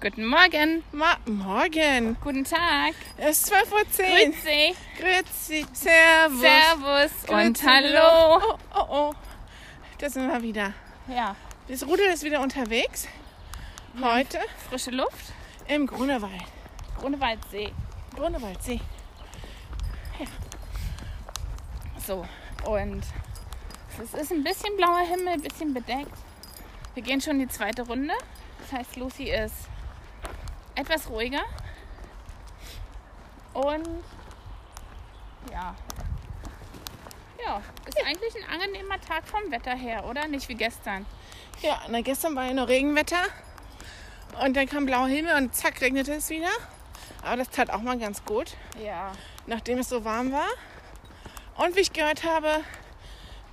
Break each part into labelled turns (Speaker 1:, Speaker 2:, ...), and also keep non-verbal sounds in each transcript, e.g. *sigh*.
Speaker 1: Guten Morgen.
Speaker 2: Ma Morgen.
Speaker 1: Guten Tag.
Speaker 2: Es ist 12.10 Uhr.
Speaker 1: Grüezi.
Speaker 2: Grüezi. Servus.
Speaker 1: Servus und
Speaker 2: Grüezi.
Speaker 1: hallo.
Speaker 2: Oh, oh, oh. Da sind wir wieder.
Speaker 1: Ja,
Speaker 2: Das Rudel ist wieder unterwegs.
Speaker 1: Hm.
Speaker 2: Heute
Speaker 1: frische Luft,
Speaker 2: im Grunewald.
Speaker 1: Grunewaldsee.
Speaker 2: Grunewaldsee.
Speaker 1: So, und es ist ein bisschen blauer Himmel, ein bisschen bedeckt. Wir gehen schon die zweite Runde. Das heißt, Lucy ist etwas ruhiger. Und ja. Ja, ist eigentlich ein angenehmer Tag vom Wetter her, oder? Nicht wie gestern.
Speaker 2: Ja, na, gestern war ja noch Regenwetter. Und dann kam blauer Himmel und zack, regnete es wieder. Aber das tat auch mal ganz gut,
Speaker 1: Ja.
Speaker 2: nachdem es so warm war. Und wie ich gehört habe,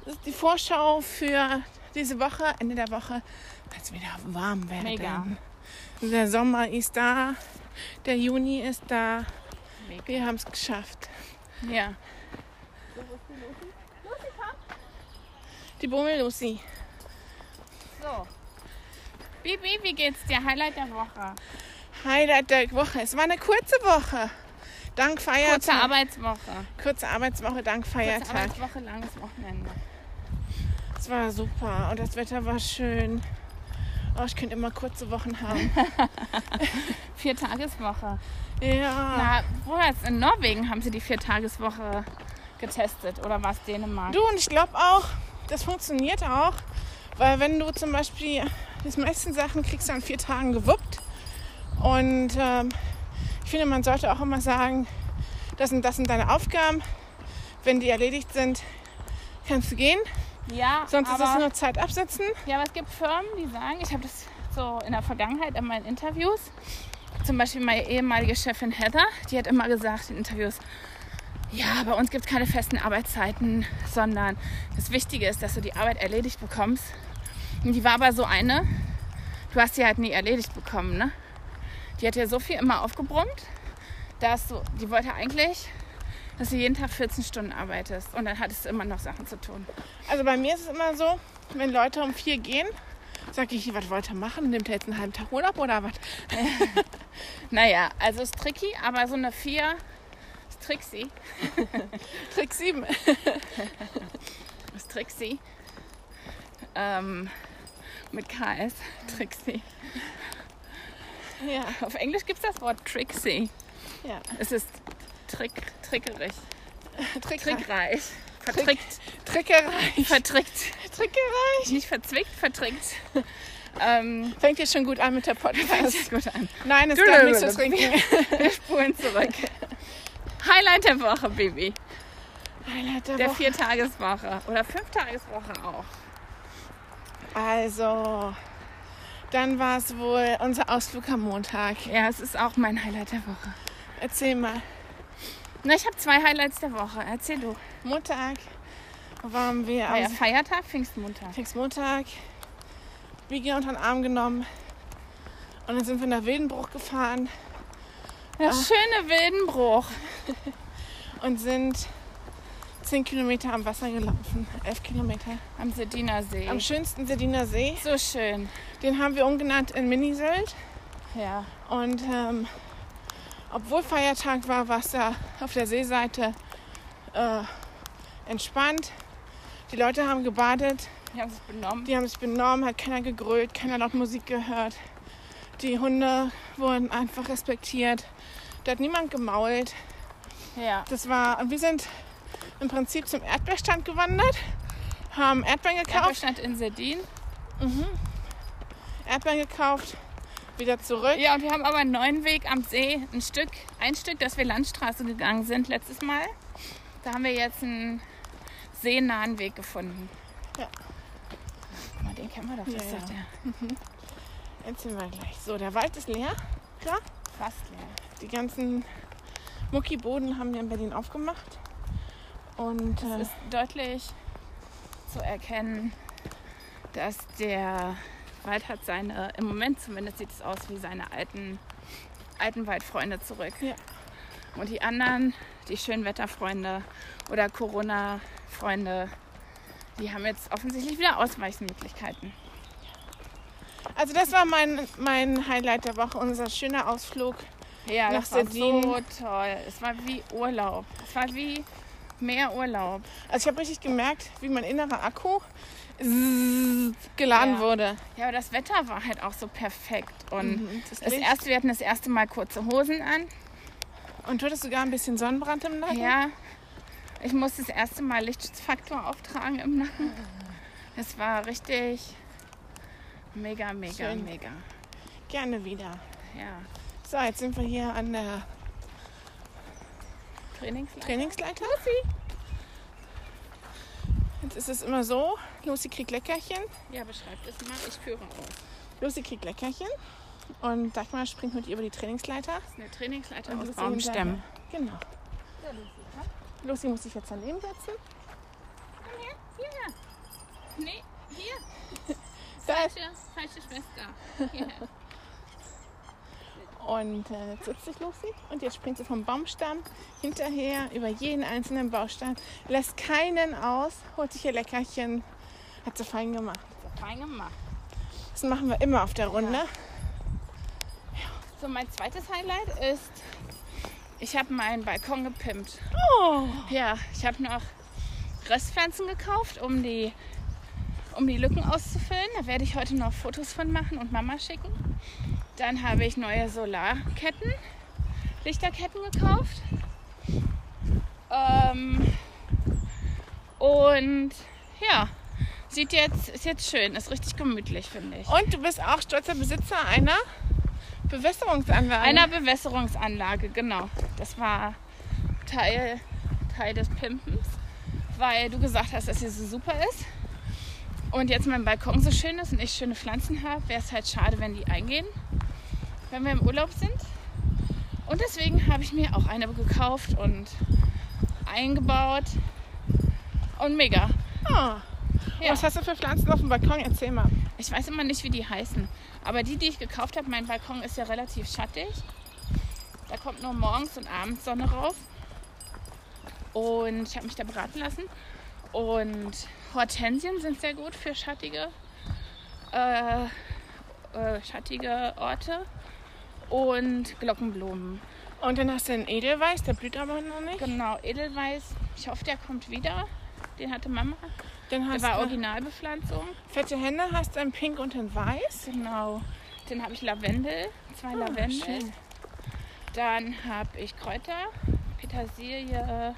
Speaker 2: ist die Vorschau für diese Woche, Ende der Woche, wird es wieder warm werden.
Speaker 1: Mega.
Speaker 2: Der Sommer ist da, der Juni ist da.
Speaker 1: Mega.
Speaker 2: Wir haben es geschafft.
Speaker 1: Ja.
Speaker 2: Die Bummel Lucy.
Speaker 1: So. Bibi, wie geht's dir? Highlight der Woche.
Speaker 2: Highlight der Woche. Es war eine kurze Woche. Dank Feiertag.
Speaker 1: Kurze Arbeitswoche.
Speaker 2: kurze Arbeitswoche, dank
Speaker 1: Kurze
Speaker 2: Feiertag.
Speaker 1: Arbeitswoche, langes Wochenende.
Speaker 2: Es war super und das Wetter war schön. Oh, ich könnte immer kurze Wochen haben. *laughs*
Speaker 1: Viertageswoche.
Speaker 2: ja.
Speaker 1: Na, wo war's? In Norwegen haben sie die Viertageswoche getestet. Oder war es Dänemark?
Speaker 2: Du und ich glaube auch, das funktioniert auch, weil wenn du zum Beispiel die meisten Sachen kriegst du an vier Tagen gewuppt und ähm, ich finde, man sollte auch immer sagen, das sind, das sind deine Aufgaben. Wenn die erledigt sind, kannst du gehen.
Speaker 1: Ja,
Speaker 2: Sonst
Speaker 1: aber,
Speaker 2: ist es nur Zeit absetzen.
Speaker 1: ja, aber es gibt Firmen, die sagen, ich habe das so in der Vergangenheit in meinen Interviews, zum Beispiel meine ehemalige Chefin Heather, die hat immer gesagt in Interviews, ja, bei uns gibt es keine festen Arbeitszeiten, sondern das Wichtige ist, dass du die Arbeit erledigt bekommst. Und die war aber so eine, du hast die halt nie erledigt bekommen, ne? Die hat ja so viel immer aufgebrummt, dass du, die wollte eigentlich, dass du jeden Tag 14 Stunden arbeitest und dann hattest du immer noch Sachen zu tun.
Speaker 2: Also bei mir ist es immer so, wenn Leute um vier gehen, sage ich, was wollt ihr machen? Nimmt ihr jetzt einen halben Tag Urlaub oder was?
Speaker 1: Naja, also ist tricky, aber so eine 4 ist tricksy.
Speaker 2: Trick 7.
Speaker 1: *laughs* Ist tricksy. Ähm, mit KS, tricksy.
Speaker 2: Ja,
Speaker 1: Auf Englisch gibt es das Wort tricksy.
Speaker 2: ja.
Speaker 1: Es ist trick, trickerig,
Speaker 2: Trick,
Speaker 1: trickreich, vertrickt,
Speaker 2: Trickerei.
Speaker 1: vertrickt,
Speaker 2: Trickerei.
Speaker 1: nicht verzwickt, vertrickt. ähm,
Speaker 2: Fängt jetzt schon gut an mit der
Speaker 1: fängt
Speaker 2: Podcast.
Speaker 1: sich gut an.
Speaker 2: Nein, es gab nichts zu *laughs* trinken.
Speaker 1: Wir spulen zurück. Highlight der Woche, Baby.
Speaker 2: Highlight
Speaker 1: Der
Speaker 2: Woche.
Speaker 1: Viertageswoche oder Fünftageswoche auch.
Speaker 2: Also, dann war es wohl unser Ausflug am Montag.
Speaker 1: Ja, es ist auch mein Highlight der Woche.
Speaker 2: Erzähl mal.
Speaker 1: Na, ich habe zwei Highlights der Woche. Erzähl du.
Speaker 2: Montag waren wir
Speaker 1: War Ah, ja
Speaker 2: am
Speaker 1: Feiertag, Pfingstmontag.
Speaker 2: Pfingstmontag. Biggie unter den Arm genommen. Und dann sind wir nach Wildenbruch gefahren.
Speaker 1: Der schöne Wildenbruch.
Speaker 2: und sind 10 Kilometer am Wasser gelaufen. 11 Kilometer.
Speaker 1: Am Sediner See.
Speaker 2: Am schönsten Sediner See.
Speaker 1: so schön.
Speaker 2: Den haben wir umgenannt in Minisöld.
Speaker 1: Ja.
Speaker 2: Und ähm, obwohl Feiertag war, war es da auf der Seeseite äh, entspannt. Die Leute haben gebadet,
Speaker 1: Wir haben es benommen.
Speaker 2: die haben sich benommen, hat keiner gegrölt, keiner laut Musik gehört. Die Hunde wurden einfach respektiert. Da hat niemand gemault.
Speaker 1: Ja.
Speaker 2: Das war, und wir sind im Prinzip zum Erdbeerstand gewandert, haben Erdbeeren gekauft,
Speaker 1: Erdbeerstand in Sedin.
Speaker 2: Erdbeeren gekauft, wieder zurück.
Speaker 1: Ja, und wir haben aber einen neuen Weg am See. Ein Stück, ein Stück, dass wir Landstraße gegangen sind letztes Mal. Da haben wir jetzt einen seenahen Weg gefunden.
Speaker 2: Ja.
Speaker 1: Guck mal, den kennen wir doch. Das
Speaker 2: Ja,
Speaker 1: ist
Speaker 2: ja.
Speaker 1: doch der
Speaker 2: Jetzt sind wir gleich. So, der Wald ist leer.
Speaker 1: fast leer.
Speaker 2: Die ganzen Muckiboden haben wir in Berlin aufgemacht. Und äh,
Speaker 1: Es ist deutlich zu erkennen, dass der Wald hat seine, im Moment zumindest sieht es aus wie seine alten, alten Waldfreunde zurück.
Speaker 2: Ja.
Speaker 1: Und die anderen, die Schönwetterfreunde oder Corona-Freunde, die haben jetzt offensichtlich wieder Ausweichmöglichkeiten.
Speaker 2: Also das war mein, mein Highlight der Woche, unser schöner Ausflug.
Speaker 1: Ja,
Speaker 2: Nach
Speaker 1: das war
Speaker 2: Sardinen.
Speaker 1: so toll. Es war wie Urlaub. Es war wie mehr Urlaub.
Speaker 2: Also ich habe richtig gemerkt, wie mein innerer Akku zzzz geladen
Speaker 1: Ja.
Speaker 2: wurde.
Speaker 1: Ja, aber das Wetter war halt auch so perfekt. Und
Speaker 2: Mhm, Das
Speaker 1: das
Speaker 2: Licht.
Speaker 1: erste, wir hatten das erste Mal kurze Hosen an.
Speaker 2: Und du hattest sogar ein bisschen Sonnenbrand im Nacken.
Speaker 1: Ja, ich musste das erste Mal Lichtschutzfaktor auftragen im Nacken. Das war richtig mega, mega,
Speaker 2: Schön.
Speaker 1: mega.
Speaker 2: Gerne wieder.
Speaker 1: Ja,
Speaker 2: So, jetzt sind wir hier an der
Speaker 1: Trainingslager.
Speaker 2: Trainingsleiter. Lucy. Jetzt ist es immer so, Lucy kriegt Leckerchen.
Speaker 1: Ja, beschreibt es mal. Ich führe aus.
Speaker 2: Lucy kriegt Leckerchen. Und Dagmar springt mit ihr über die Trainingsleiter.
Speaker 1: Das ist eine Trainingsleiter
Speaker 2: Und
Speaker 1: aus
Speaker 2: Lucy
Speaker 1: Baumstämmen.
Speaker 2: hinterher. Genau. Lucy muss sich jetzt daneben setzen.
Speaker 1: Komm her, hierher. Nee, hier.
Speaker 2: Da ist-
Speaker 1: Falsche, falsche Schwester.
Speaker 2: *laughs* Und äh, jetzt sitzt sich Lucy und jetzt springt sie vom Baumstamm hinterher über jeden einzelnen Baustein, lässt keinen aus, holt sich ihr Leckerchen. Hat sie fein gemacht.
Speaker 1: Fein gemacht.
Speaker 2: Das machen wir immer auf der Runde.
Speaker 1: So, mein zweites Highlight ist, ich habe meinen Balkon gepimpt.
Speaker 2: Oh,
Speaker 1: Ja, ich habe noch Restpflanzen gekauft, um die, um die Lücken auszufüllen. Da werde ich heute noch Fotos von machen und Mama schicken. Dann habe ich neue Solarketten, Lichterketten gekauft. Ähm, und ja, sieht jetzt, ist jetzt schön, ist richtig gemütlich, finde ich.
Speaker 2: Und du bist auch stolzer Besitzer einer Bewässerungsanlage.
Speaker 1: Einer Bewässerungsanlage, genau. Das war Teil, Teil des Pimpens, weil du gesagt hast, dass sie so super ist. Und jetzt mein Balkon so schön ist und ich schöne Pflanzen habe, wäre es halt schade, wenn die eingehen, wenn wir im Urlaub sind. Und deswegen habe ich mir auch eine gekauft und eingebaut. Und mega.
Speaker 2: Ah.
Speaker 1: Ja.
Speaker 2: Was hast du für Pflanzen auf dem Balkon? Erzähl mal.
Speaker 1: Ich weiß immer nicht, wie die heißen. Aber die, die ich gekauft habe, mein Balkon ist ja relativ schattig. Da kommt nur morgens und abends Sonne rauf. Und ich habe mich da beraten lassen. Und Hortensien sind sehr gut für schattige, äh, äh, schattige Orte. Und Glockenblumen.
Speaker 2: Und dann hast du einen Edelweiß, der blüht aber noch nicht.
Speaker 1: Genau, Edelweiß. Ich hoffe, der kommt wieder. Den hatte Mama.
Speaker 2: Dann
Speaker 1: Der
Speaker 2: hast
Speaker 1: war
Speaker 2: du
Speaker 1: Originalbepflanzung.
Speaker 2: fette Hände, hast ein Pink und ein Weiß.
Speaker 1: Genau. Dann habe ich Lavendel, zwei Lavendel.
Speaker 2: Ah, schön.
Speaker 1: Dann habe ich Kräuter, Petersilie,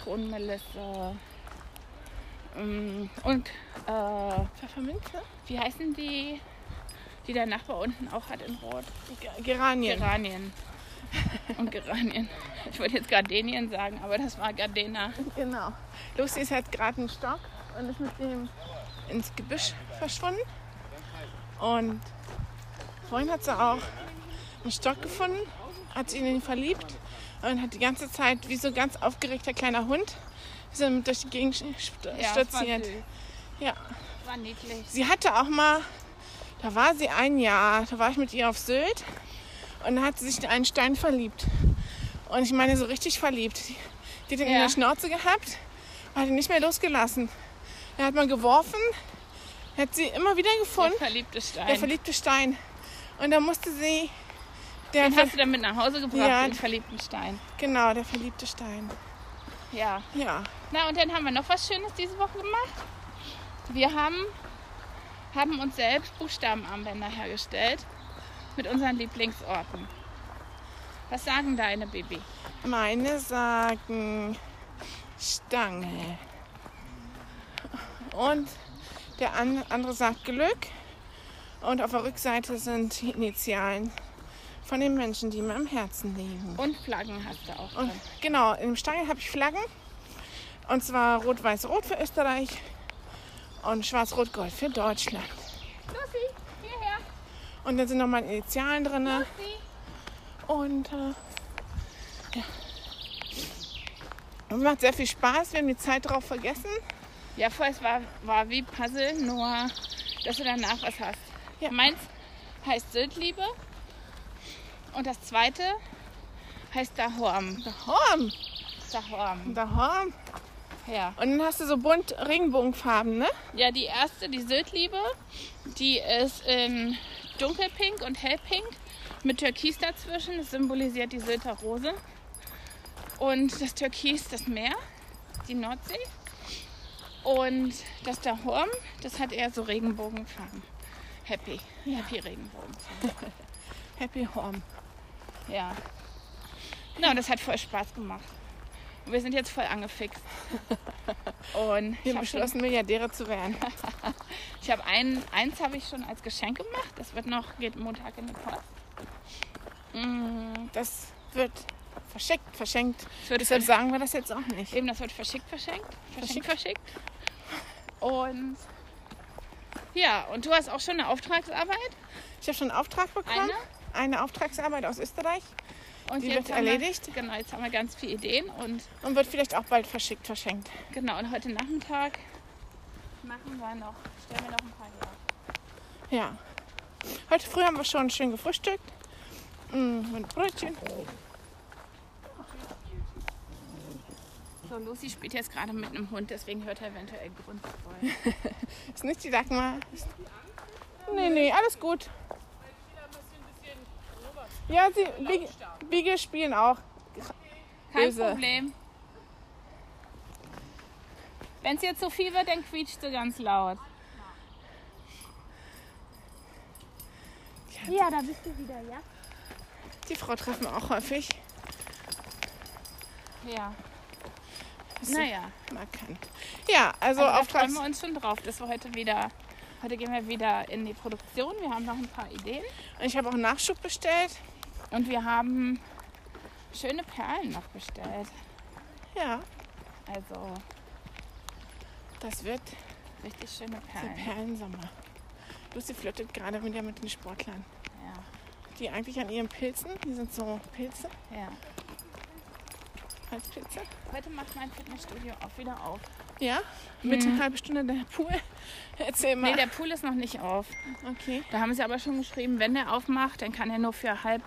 Speaker 1: Zitronenmelisse ähm, und äh,
Speaker 2: Pfefferminze?
Speaker 1: wie heißen die, die der Nachbar unten auch hat in Rot?
Speaker 2: Ge- Geranien.
Speaker 1: Geranien. Und Geranien. Ich wollte jetzt Gardenien sagen, aber das war Gardena.
Speaker 2: genau. Lucy ist halt gerade einen Stock und ist mit dem ins Gebüsch verschwunden. Und vorhin hat sie auch einen Stock gefunden, hat sich in ihn verliebt und hat die ganze Zeit wie so ein ganz aufgeregter kleiner Hund so mit durch die Gegend sch- st-
Speaker 1: Ja, das war
Speaker 2: stolziert.
Speaker 1: süß.
Speaker 2: Ja.
Speaker 1: War niedlich.
Speaker 2: Sie hatte auch mal, da war sie ein Jahr, da war ich mit ihr auf Sylt und da hat sie sich in einen Stein verliebt. Und ich meine, so richtig verliebt. Die hat ihn
Speaker 1: Ja.
Speaker 2: in der Schnauze gehabt und hat ihn nicht mehr losgelassen. Dann hat man geworfen, hat sie immer wieder
Speaker 1: Der
Speaker 2: gefunden,
Speaker 1: verliebte Stein.
Speaker 2: der verliebte Stein. Und dann musste sie, der,
Speaker 1: Den hast du dann mit nach Hause gebracht,
Speaker 2: Ja.
Speaker 1: den verliebten Stein.
Speaker 2: genau, der verliebte Stein.
Speaker 1: Ja.
Speaker 2: Ja,
Speaker 1: Na, und dann haben wir noch was Schönes diese Woche gemacht. Wir haben, haben uns selbst Buchstabenarmbänder hergestellt mit unseren Lieblingsorten. Was sagen deine, Baby?
Speaker 2: meine sagen Stange. Und der an- andere sagt Glück. Und auf der Rückseite sind die Initialen von den Menschen, die mir am Herzen liegen.
Speaker 1: Und Flaggen hast du auch
Speaker 2: Und
Speaker 1: drin.
Speaker 2: genau, im Stangel habe ich Flaggen. Und zwar rot-weiß-rot für Österreich und schwarz-rot-gold für Deutschland.
Speaker 1: Lucy, hierher,
Speaker 2: Und dann sind noch meine Initialen drin.
Speaker 1: Lucy.
Speaker 2: Und äh, ja. Es macht sehr viel Spaß. Wir haben die Zeit drauf vergessen.
Speaker 1: Ja, vorher es war, war wie Puzzle, nur dass du danach was hast.
Speaker 2: Ja.
Speaker 1: Meins heißt Syltliebe und das zweite heißt Dahorm.
Speaker 2: Horm,
Speaker 1: Dahorm,
Speaker 2: da Horm.
Speaker 1: Ja.
Speaker 2: Und dann hast du so bunt Regenbogenfarben, ne?
Speaker 1: Ja, die erste, die Syltliebe, die ist in dunkelpink und hellpink mit Türkis dazwischen. Das symbolisiert die Sylter Rose. Und das Türkis, das Meer, die Nordsee. Und das Dahorm, das hat eher so Regenbogenfarben. Happy, happy Regenbogen.
Speaker 2: Happy Home.
Speaker 1: Ja. Genau, das hat voll Spaß gemacht. Und wir sind jetzt voll
Speaker 2: *laughs*
Speaker 1: angefixt. Und ich
Speaker 2: Wir haben
Speaker 1: habe schon
Speaker 2: beschlossen, Milliardäre zu *laughs* werden.
Speaker 1: Ich habe ein, eins habe ich schon als Geschenk gemacht. Das wird noch, geht Montag in die Post. Mm,
Speaker 2: Das wird verschickt, verschenkt.
Speaker 1: das wird
Speaker 2: Deshalb
Speaker 1: vers-
Speaker 2: sagen wir das jetzt auch nicht.
Speaker 1: eben, das wird verschickt, verschenkt. Verschickt, verschickt. Und ja, und du hast auch schon eine Auftragsarbeit.
Speaker 2: Ich habe schon einen Auftrag bekommen.
Speaker 1: Eine?
Speaker 2: Eine Auftragsarbeit aus Österreich
Speaker 1: Und
Speaker 2: Die
Speaker 1: jetzt
Speaker 2: wird
Speaker 1: haben
Speaker 2: erledigt?
Speaker 1: Wir, genau, jetzt haben wir ganz viele Ideen. Und
Speaker 2: und wird vielleicht auch bald verschickt, verschenkt.
Speaker 1: genau, und heute Nachmittag machen wir noch, stellen wir noch ein paar Ideen.
Speaker 2: Ja. Heute früh haben wir schon schön gefrühstückt. Mm, Mit Brötchen.
Speaker 1: So, Lucy spielt jetzt gerade mit einem Hund, deswegen hört er eventuell
Speaker 2: *laughs*
Speaker 1: Grundgeräusche.
Speaker 2: Ist nicht die Dagmar. Ist... Nee, nee, alles gut. Ja, sie, Biege, Biege spielen auch.
Speaker 1: Kein
Speaker 2: Böse.
Speaker 1: Problem. Wenn es jetzt so viel wird, dann quietscht sie ganz laut.
Speaker 3: Ja, da bist du wieder, ja?
Speaker 2: Die Frau treffen wir auch häufig.
Speaker 1: Ja,
Speaker 2: Das ist
Speaker 1: naja.
Speaker 2: markant. Ja, also
Speaker 1: So, also, da
Speaker 2: Auftrags
Speaker 1: freuen wir uns schon drauf, dass wir heute wieder, heute gehen wir wieder in die Produktion. Wir haben noch ein paar Ideen
Speaker 2: Ich habe auch Nachschub bestellt.
Speaker 1: und wir haben schöne Perlen noch bestellt.
Speaker 2: Ja,
Speaker 1: Also
Speaker 2: das wird
Speaker 1: richtig schöne
Speaker 2: der
Speaker 1: Perlen.
Speaker 2: Perlensommer. Lucy flirtet gerade wieder mit den Sportlern, die eigentlich an ihren Pilzen, die sind so Pilze,
Speaker 1: Ja, ja.
Speaker 2: Halspilze.
Speaker 1: Heute macht mein Fitnessstudio auch wieder auf.
Speaker 2: Ja, mit einer halben Stunde der Pool. *laughs* Erzähl mal.
Speaker 1: Mhm. Nee, der Pool ist noch nicht auf.
Speaker 2: okay.
Speaker 1: Da haben sie aber schon geschrieben, wenn er aufmacht, dann kann er nur für halb,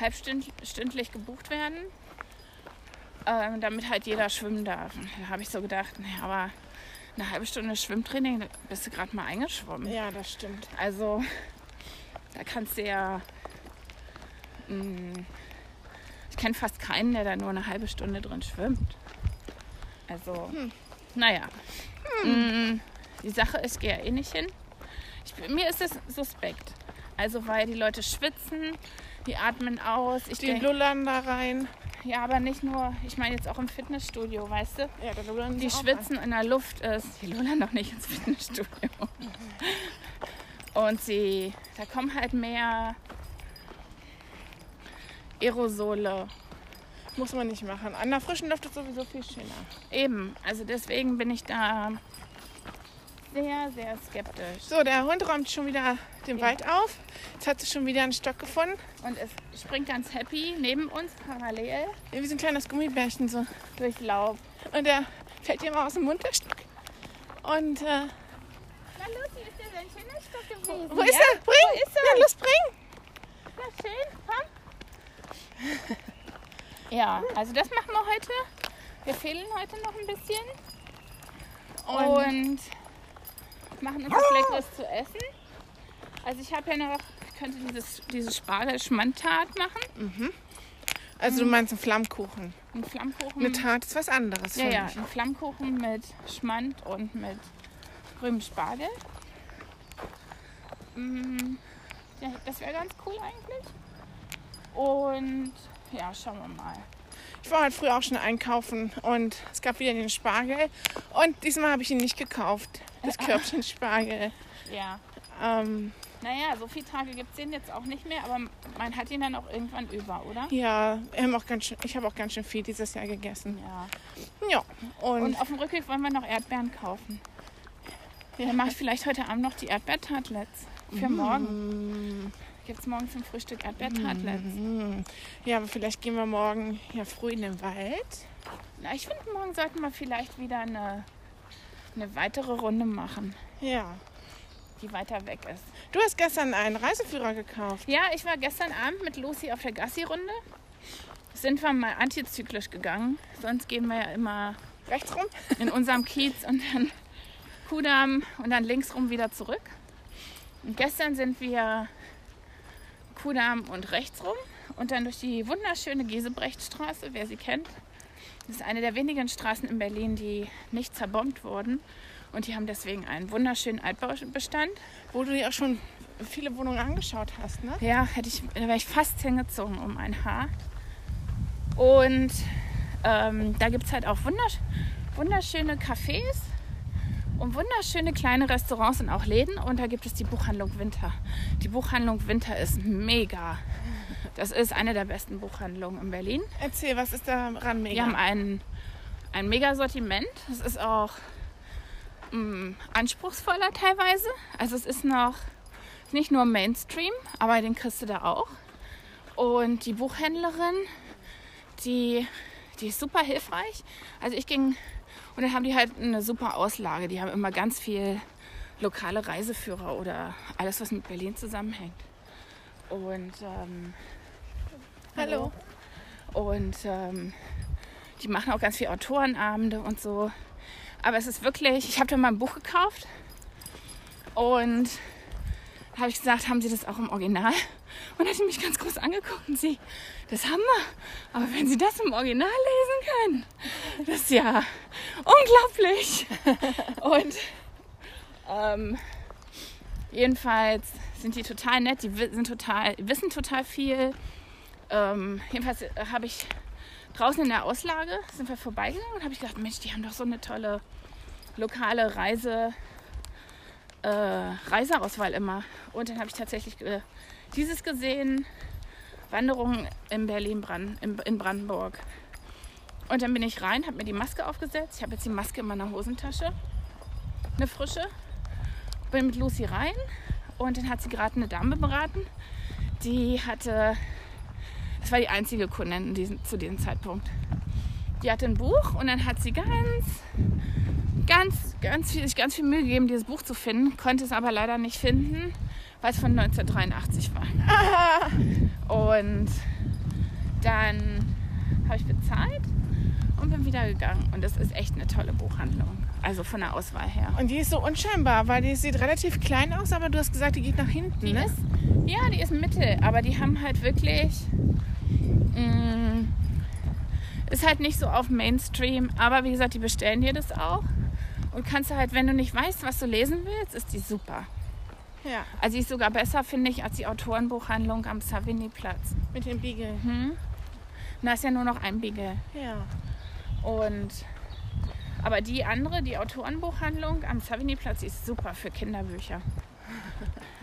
Speaker 1: halbstündlich gebucht werden, ähm, damit halt jeder schwimmen darf. Und Da habe ich so gedacht, naja, aber eine halbe Stunde Schwimmtraining, da bist du gerade mal eingeschwommen.
Speaker 2: Ja, das stimmt.
Speaker 1: Also da kannst du ja... mm, ich kenne fast keinen, der da nur eine halbe Stunde drin schwimmt. Also, naja. Mm, Die Sache ist, ich gehe ja eh nicht hin. Ich, bin- mir ist das suspekt. Also, weil die Leute schwitzen, die atmen aus. Ich
Speaker 2: Die
Speaker 1: denk,
Speaker 2: lullern da rein.
Speaker 1: ja, aber nicht nur, ich meine jetzt auch im Fitnessstudio, weißt du?
Speaker 2: Ja, da lullern
Speaker 1: Die
Speaker 2: sie auch
Speaker 1: schwitzen in der Luft äh, ist. Die lullern noch nicht ins Fitnessstudio. Und sie, da kommen halt mehr Aerosole
Speaker 2: rein. Muss man nicht machen. An der frischen Luft ist sowieso viel schöner.
Speaker 1: Eben, also deswegen bin ich da sehr, sehr skeptisch.
Speaker 2: So, der Hund räumt schon wieder den Wald auf. Jetzt hat sie schon wieder einen Stock gefunden.
Speaker 1: Und es springt ganz happy neben uns parallel
Speaker 2: Ja, Wie so ein kleines Gummibärchen so.
Speaker 1: durch Laub.
Speaker 2: Und der fällt ihr immer aus dem Mund, der Stock. Und äh,
Speaker 3: Na, Lucy, ist das ein schöner Stock gewesen?
Speaker 2: wo ist er? Bring! Wo ist er? Na los, bring!
Speaker 3: Na, schön, komm.
Speaker 1: Ja, also das machen wir heute. Wir fehlen heute noch ein bisschen
Speaker 2: Und,
Speaker 1: und machen uns was Leckeres zu essen. Also ich habe ja noch, ich könnte dieses, dieses Spargel-Schmandtat machen.
Speaker 2: also du meinst einen Flammkuchen.
Speaker 1: Ein Flammkuchen.
Speaker 2: Eine Tat ist was anderes.
Speaker 1: Ja,
Speaker 2: finde
Speaker 1: ja,
Speaker 2: ich.
Speaker 1: ein Flammkuchen mit Schmand und mit grünem Spargel. Mm, ja, das wäre ganz cool eigentlich. Und ja, schauen wir mal.
Speaker 2: Ich war heute früh auch schon einkaufen und es gab wieder den Spargel. Und diesmal habe ich ihn nicht gekauft. Das *laughs* Körbchen Spargel.
Speaker 1: Ja.
Speaker 2: Ähm,
Speaker 1: Naja, so viele Tage gibt es den jetzt auch nicht mehr, aber man hat ihn dann auch irgendwann über, oder?
Speaker 2: ja, wir haben auch ganz schön, ich habe auch ganz schön viel dieses Jahr gegessen.
Speaker 1: Ja.
Speaker 2: Ja, und,
Speaker 1: Und auf dem Rückweg wollen wir noch Erdbeeren kaufen. Dann mache ich vielleicht heute Abend noch die Erdbeertartlets. Für morgen. Gibt es morgen zum Frühstück Erdbeertartlets?
Speaker 2: Hm. ja, aber vielleicht gehen wir morgen ja früh in den Wald.
Speaker 1: Na, ich finde, morgen sollten wir vielleicht wieder eine, eine weitere Runde machen,
Speaker 2: Ja.
Speaker 1: die weiter weg ist.
Speaker 2: Du hast gestern einen Reiseführer gekauft.
Speaker 1: Ja, ich war gestern Abend mit Lucy auf der Gassi-Runde. Sind wir mal antizyklisch gegangen. Sonst gehen wir ja immer
Speaker 2: rechts rum.
Speaker 1: in unserem Kiez und dann Kudamm und dann links rum wieder zurück. Und gestern sind wir Kudamm und rechts rum und dann durch die wunderschöne Gesebrechtstraße, wer sie kennt. Das ist eine der wenigen Straßen in Berlin, die nicht zerbombt wurden. Und die haben deswegen einen wunderschönen Altbaubestand.
Speaker 2: Wo du dir auch schon viele Wohnungen angeschaut hast, ne?
Speaker 1: Ja, hätte ich, da wäre ich fast hingezogen um ein Haar. Und ähm, da gibt es halt auch wundersch wunderschöne Cafés und wunderschöne kleine Restaurants und auch Läden. Und da gibt es die Buchhandlung Winter. Die Buchhandlung Winter ist mega. Das ist eine der besten Buchhandlungen in Berlin.
Speaker 2: Erzähl, was ist da ran
Speaker 1: Wir
Speaker 2: mega?
Speaker 1: haben ein, ein Mega-Sortiment. Es ist auch mm, anspruchsvoller teilweise. Also es ist noch nicht nur Mainstream, aber den kriegst du da auch. Und die Buchhändlerin, die, die ist super hilfreich. Also ich ging und dann haben die halt eine super Auslage. Die haben immer ganz viel lokale Reiseführer oder alles, was mit Berlin zusammenhängt. Und ähm,
Speaker 2: Hallo.
Speaker 1: und ähm, die machen auch ganz viel Autorenabende und so. Aber es ist wirklich, ich habe da mal ein Buch gekauft und da habe ich gesagt, haben Sie das auch im Original? Und hat sie mich ganz groß angeguckt und sie, das haben wir. Aber wenn Sie das im Original lesen können, das ist ja unglaublich. Und ähm, jedenfalls sind die total nett, die wi- sind total, wissen total viel. Ähm, jedenfalls äh, habe ich draußen in der Auslage sind wir vorbeigegangen und habe ich gedacht, Mensch, die haben doch so eine tolle lokale Reise, äh, Reiseauswahl immer. Und dann habe ich tatsächlich äh, dieses gesehen, Wanderungen in Berlin Brand, in, in Brandenburg. Und dann bin ich rein, habe mir die Maske aufgesetzt. Ich habe jetzt die Maske in meiner Hosentasche, eine frische. Bin mit Lucy rein und dann hat sie gerade eine Dame beraten. Die hatte das war die einzige Kundin in diesem- zu diesem Zeitpunkt. Die hatte ein Buch und dann hat sie ganz, ganz, ganz viel, sich ganz viel Mühe gegeben, dieses Buch zu finden, konnte es aber leider nicht finden, weil es von 1983 war. Und dann habe ich bezahlt und bin wieder gegangen. Und das ist echt eine tolle Buchhandlung. Also von der Auswahl her.
Speaker 2: Und die ist so unscheinbar, weil die sieht relativ klein aus, aber du hast gesagt, die geht nach hinten.
Speaker 1: Die
Speaker 2: ne?
Speaker 1: ist, ja, die ist mittel, aber die haben halt wirklich. mm, ist halt nicht so auf Mainstream, aber wie gesagt, die bestellen dir das auch. Und kannst du halt, wenn du nicht weißt, was du lesen willst, ist die super.
Speaker 2: Ja,
Speaker 1: Also die ist sogar besser, finde ich, als die Autorenbuchhandlung am Savigny-Platz.
Speaker 2: mit dem Beagle.
Speaker 1: Mhm. Und Da ist ja nur noch ein Biegel.
Speaker 2: Ja.
Speaker 1: Und aber die andere, die Autorenbuchhandlung am Savigny-Platz, die ist super für Kinderbücher.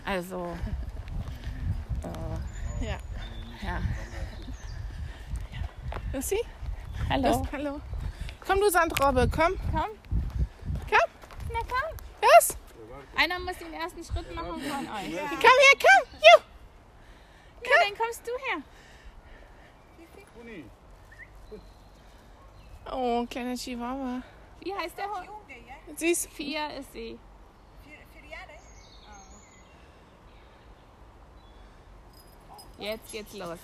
Speaker 1: Also, äh,
Speaker 2: Ja.
Speaker 1: ja.
Speaker 2: Lucy?
Speaker 1: Hallo.
Speaker 2: Lust- hallo. Komm, du Sandrobbe, komm.
Speaker 1: Komm.
Speaker 2: Komm.
Speaker 1: Na komm.
Speaker 2: Los.
Speaker 1: Einer muss den ersten Schritt machen von euch. Ja.
Speaker 2: Komm her, komm. Juh.
Speaker 1: dann kommst du her.
Speaker 2: Oh, kleiner Chihuahua.
Speaker 1: Wie heißt der Hund?
Speaker 2: Süß.
Speaker 1: Fia ist sie. Jetzt geht's
Speaker 2: *laughs*
Speaker 1: los.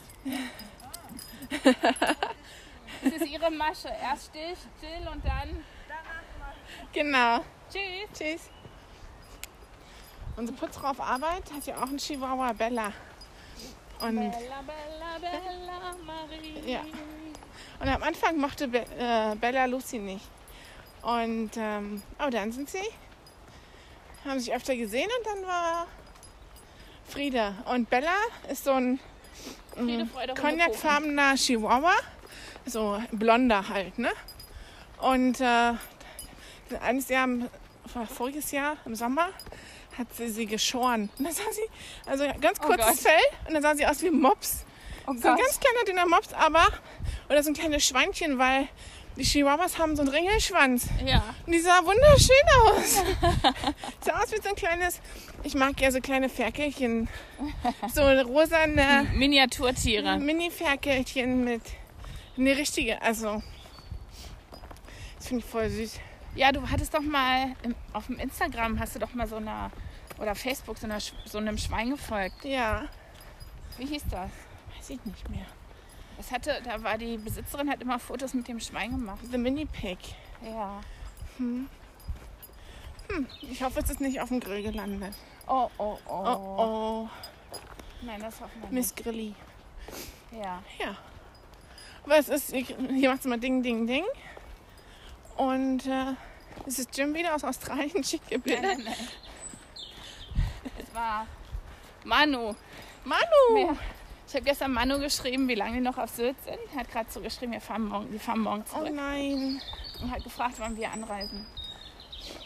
Speaker 1: das ist ihre Masche. Erst still, still und dann
Speaker 2: Genau.
Speaker 1: tschüss.
Speaker 2: Tschüss. Unsere Putzfrau auf Arbeit hat ja auch einen Chihuahua, Bella. Und,
Speaker 1: Bella, bella, bella, Marie.
Speaker 2: Ja. und am Anfang mochte Be äh, Bella Lucy nicht. Und ähm, aber dann sind sie, haben sich öfter gesehen und dann war Friede. Und Bella ist so ein
Speaker 1: Friede, Freude, Honigkuchen.
Speaker 2: cognacfarbener Chihuahua, so blonder halt, ne? Und äh, eines Jahr, im- vor- voriges Jahr im Sommer hat sie sie geschoren. Und dann sah sie, also ganz
Speaker 1: Oh
Speaker 2: kurzes
Speaker 1: Gott.
Speaker 2: Fell, und dann sah sie aus wie ein Mops.
Speaker 1: Oh
Speaker 2: So ein
Speaker 1: Gott.
Speaker 2: ganz kleiner dünner Mops, aber, oder so ein kleines Schweinchen, weil die Chihuahuas haben so einen Ringelschwanz.
Speaker 1: Ja.
Speaker 2: Und die sah wunderschön
Speaker 1: *laughs*
Speaker 2: aus. sah aus wie so ein kleines, ich mag ja so kleine Ferkelchen. So ne, rosane.
Speaker 1: Miniaturtiere.
Speaker 2: Mini-Ferkelchen mit. Eine richtige, also. Das finde ich voll süß.
Speaker 1: Ja, du hattest doch mal im, auf dem Instagram hast du doch mal so einer oder Facebook so, einer, Sch- so einem Schwein gefolgt.
Speaker 2: Ja.
Speaker 1: Wie hieß das?
Speaker 2: Weiß ich nicht mehr.
Speaker 1: Das hatte, da war die Besitzerin hat immer Fotos mit dem Schwein gemacht.
Speaker 2: The Mini Pig.
Speaker 1: Ja.
Speaker 2: Ich hoffe, es ist nicht auf dem Grill gelandet.
Speaker 1: Oh, oh, oh.
Speaker 2: Oh, oh,
Speaker 1: Nein, das hoffen wir nicht.
Speaker 2: Miss Grilli. *laughs*
Speaker 1: Ja.
Speaker 2: Aber es ist, ich- hier macht es immer Ding, Ding, Ding. Und äh, es ist Jim wieder aus Australien, *laughs* schickt ihr
Speaker 1: Nein,
Speaker 2: Bilder.
Speaker 1: nein, nein. Das war Manu.
Speaker 2: Manu!
Speaker 1: Ja. Ich habe gestern Manu geschrieben, wie lange die noch auf Sylt sind. Er hat gerade so geschrieben, wir fahren morgen, die fahren morgen
Speaker 2: Oh
Speaker 1: zurück.
Speaker 2: nein.
Speaker 1: Und hat gefragt, wann wir anreisen.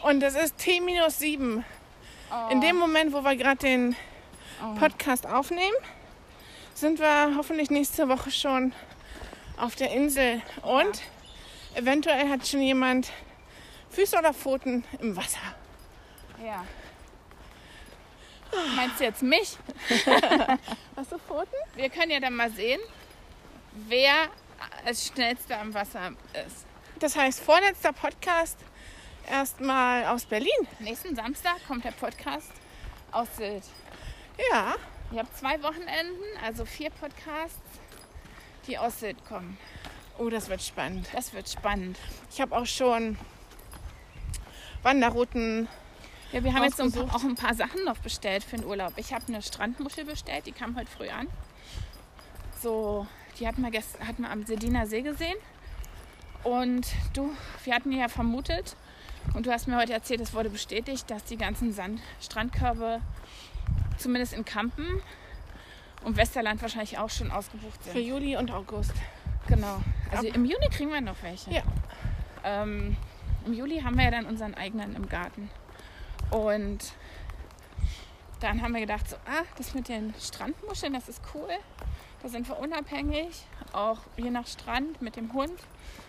Speaker 2: Und es ist T-7.
Speaker 1: Oh,
Speaker 2: In dem Moment, wo wir gerade den
Speaker 1: oh.
Speaker 2: Podcast aufnehmen, sind wir hoffentlich nächste Woche schon auf der Insel. Und eventuell hat schon jemand Füße oder Pfoten im Wasser.
Speaker 1: Ja. Meinst du jetzt mich?
Speaker 2: Hast du Pfoten?
Speaker 1: Wir können ja dann mal sehen, wer als schnellster am Wasser ist.
Speaker 2: Das heißt, vorletzter Podcast erstmal aus Berlin.
Speaker 1: Nächsten Samstag kommt der Podcast aus Sylt.
Speaker 2: Ja,
Speaker 1: Ich habe zwei Wochenenden, also vier Podcasts, die aus Sylt kommen.
Speaker 2: oh, das wird spannend.
Speaker 1: Das wird spannend.
Speaker 2: Ich habe auch schon Wanderrouten.
Speaker 1: Ja, wir haben jetzt so ein
Speaker 2: Ausgesucht.
Speaker 1: paar, auch ein paar Sachen noch bestellt für den Urlaub. Ich habe eine Strandmuschel bestellt, die kam heute früh an. So, die hatten wir, gestern, hatten wir am Sediner See gesehen. Und du, wir hatten die ja vermutet und du hast mir heute erzählt, es wurde bestätigt, dass die ganzen Sand Strandkörbe zumindest in Kampen und Westerland wahrscheinlich auch schon ausgebucht
Speaker 2: Für
Speaker 1: sind.
Speaker 2: Juli und August.
Speaker 1: Genau. Also im Juni kriegen wir noch welche.
Speaker 2: Ja.
Speaker 1: Ähm, Im Juli haben wir ja dann unseren eigenen im Garten. Und dann haben wir gedacht, so, ah, das mit den Strandmuscheln, das ist cool. Da sind wir unabhängig, auch je nach Strand mit dem Hund.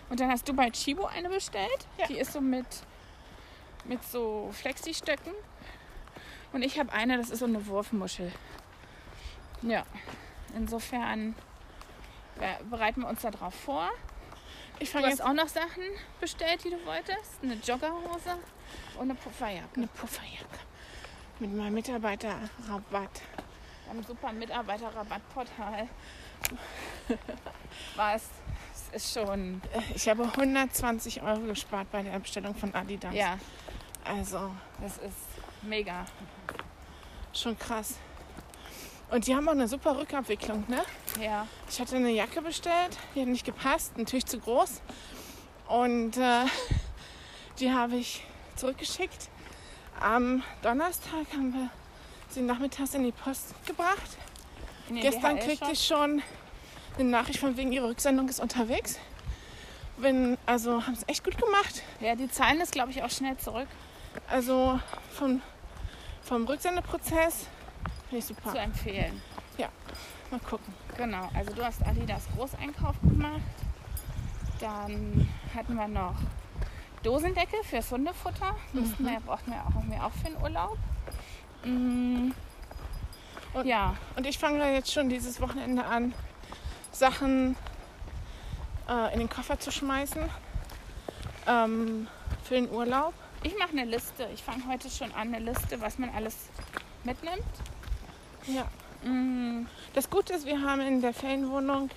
Speaker 1: Und dann hast du bei Chibo eine bestellt.
Speaker 2: Ja.
Speaker 1: Die ist so mit, mit so Flexi-Stöcken. Und ich habe eine, das ist so eine Wurfmuschel. Ja, insofern ja, bereiten wir uns da drauf vor.
Speaker 2: Ich
Speaker 1: Du
Speaker 2: fange
Speaker 1: hast
Speaker 2: jetzt
Speaker 1: auch noch Sachen bestellt, die du wolltest. Eine Joggerhose und eine Pufferjacke.
Speaker 2: eine Pufferjacke mit meinem Mitarbeiterrabatt.
Speaker 1: Wir haben super Mitarbeiterrabattportal. Was? Es ist schon.
Speaker 2: Ich habe 120 Euro gespart bei der Bestellung von Adidas.
Speaker 1: Ja,
Speaker 2: Also
Speaker 1: das ist mega.
Speaker 2: schon krass. Und die haben auch eine super Rückabwicklung, ne?
Speaker 1: Ja.
Speaker 2: Ich hatte eine Jacke bestellt, die hat nicht gepasst, natürlich zu groß. Und äh, *laughs* die habe ich zurückgeschickt. Am Donnerstag haben wir sie nachmittags in die Post gebracht.
Speaker 1: In den
Speaker 2: Gestern
Speaker 1: DHL
Speaker 2: kriegte
Speaker 1: Shop.
Speaker 2: ich schon eine Nachricht von wegen, ihre Rücksendung ist unterwegs. Wenn, also haben es echt gut gemacht.
Speaker 1: Ja, die zahlen das, glaube ich, auch schnell zurück
Speaker 2: Also vom, vom Rücksendeprozess finde ich
Speaker 1: zu
Speaker 2: super.
Speaker 1: empfehlen.
Speaker 2: Mal gucken.
Speaker 1: Genau, also du hast Adidas Großeinkauf gemacht. Dann hatten wir noch Dosendecke fürs Hundefutter.
Speaker 2: Mhm.
Speaker 1: Mussten wir, brauchten wir auch, haben wir auch für den Urlaub. Mm,
Speaker 2: Und-
Speaker 1: ja,
Speaker 2: Und ich fange da jetzt schon dieses Wochenende an, Sachen äh, in den Koffer zu schmeißen ähm, für den Urlaub.
Speaker 1: ich mache eine Liste. Ich fange heute schon an, eine Liste, was man alles mitnimmt.
Speaker 2: Ja.
Speaker 1: Mm,
Speaker 2: Das Gute ist, wir haben in der Ferienwohnung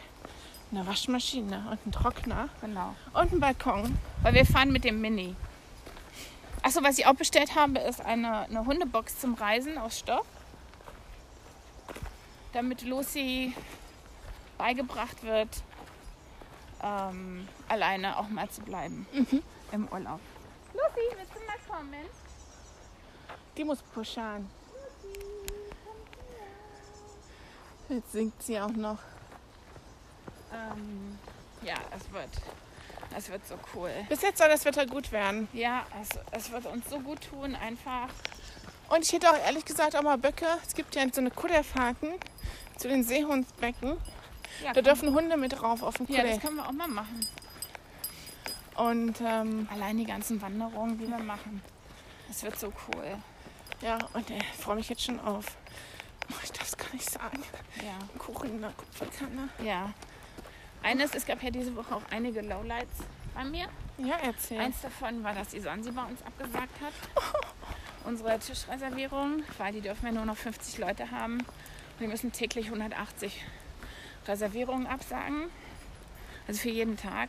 Speaker 2: eine Waschmaschine und einen Trockner
Speaker 1: genau.
Speaker 2: und einen Balkon.
Speaker 1: Weil wir fahren mit dem Mini. Achso, was ich auch bestellt habe, ist eine, eine Hundebox zum Reisen aus Stoff. Damit Lucy beigebracht wird, ähm, alleine auch mal zu bleiben im Urlaub.
Speaker 3: Mhm. Lucy, willst du mal kommen?
Speaker 2: Die muss pushern. Jetzt singt sie auch noch.
Speaker 1: Ähm, ja, es wird, es wird so cool.
Speaker 2: Bis jetzt soll das Wetter gut werden.
Speaker 1: Ja, es, es wird uns so gut tun, einfach.
Speaker 2: Und ich hätte auch ehrlich gesagt auch mal Böcke. Es gibt ja so eine Kudderfahrten zu den Seehundsbecken.
Speaker 1: Ja,
Speaker 2: Da
Speaker 1: komm.
Speaker 2: dürfen Hunde mit rauf auf dem
Speaker 1: ja,
Speaker 2: Kudder.
Speaker 1: das können wir auch mal machen.
Speaker 2: und ähm,
Speaker 1: Allein die ganzen Wanderungen, die wir machen. Es wird so cool.
Speaker 2: ja, und äh, ich freue mich jetzt schon auf. Oh, ich darf es gar nicht sagen.
Speaker 1: Ja.
Speaker 2: Kuchen in der Kupferkanne.
Speaker 1: Ja. Eines, es gab ja diese Woche auch einige Lowlights bei mir.
Speaker 2: Ja, erzähl.
Speaker 1: Eins davon war, dass die Sansibar uns abgesagt hat. Unsere Tischreservierung, weil die dürfen ja nur noch 50 Leute haben. Und wir müssen täglich 180 Reservierungen absagen. Also für jeden Tag.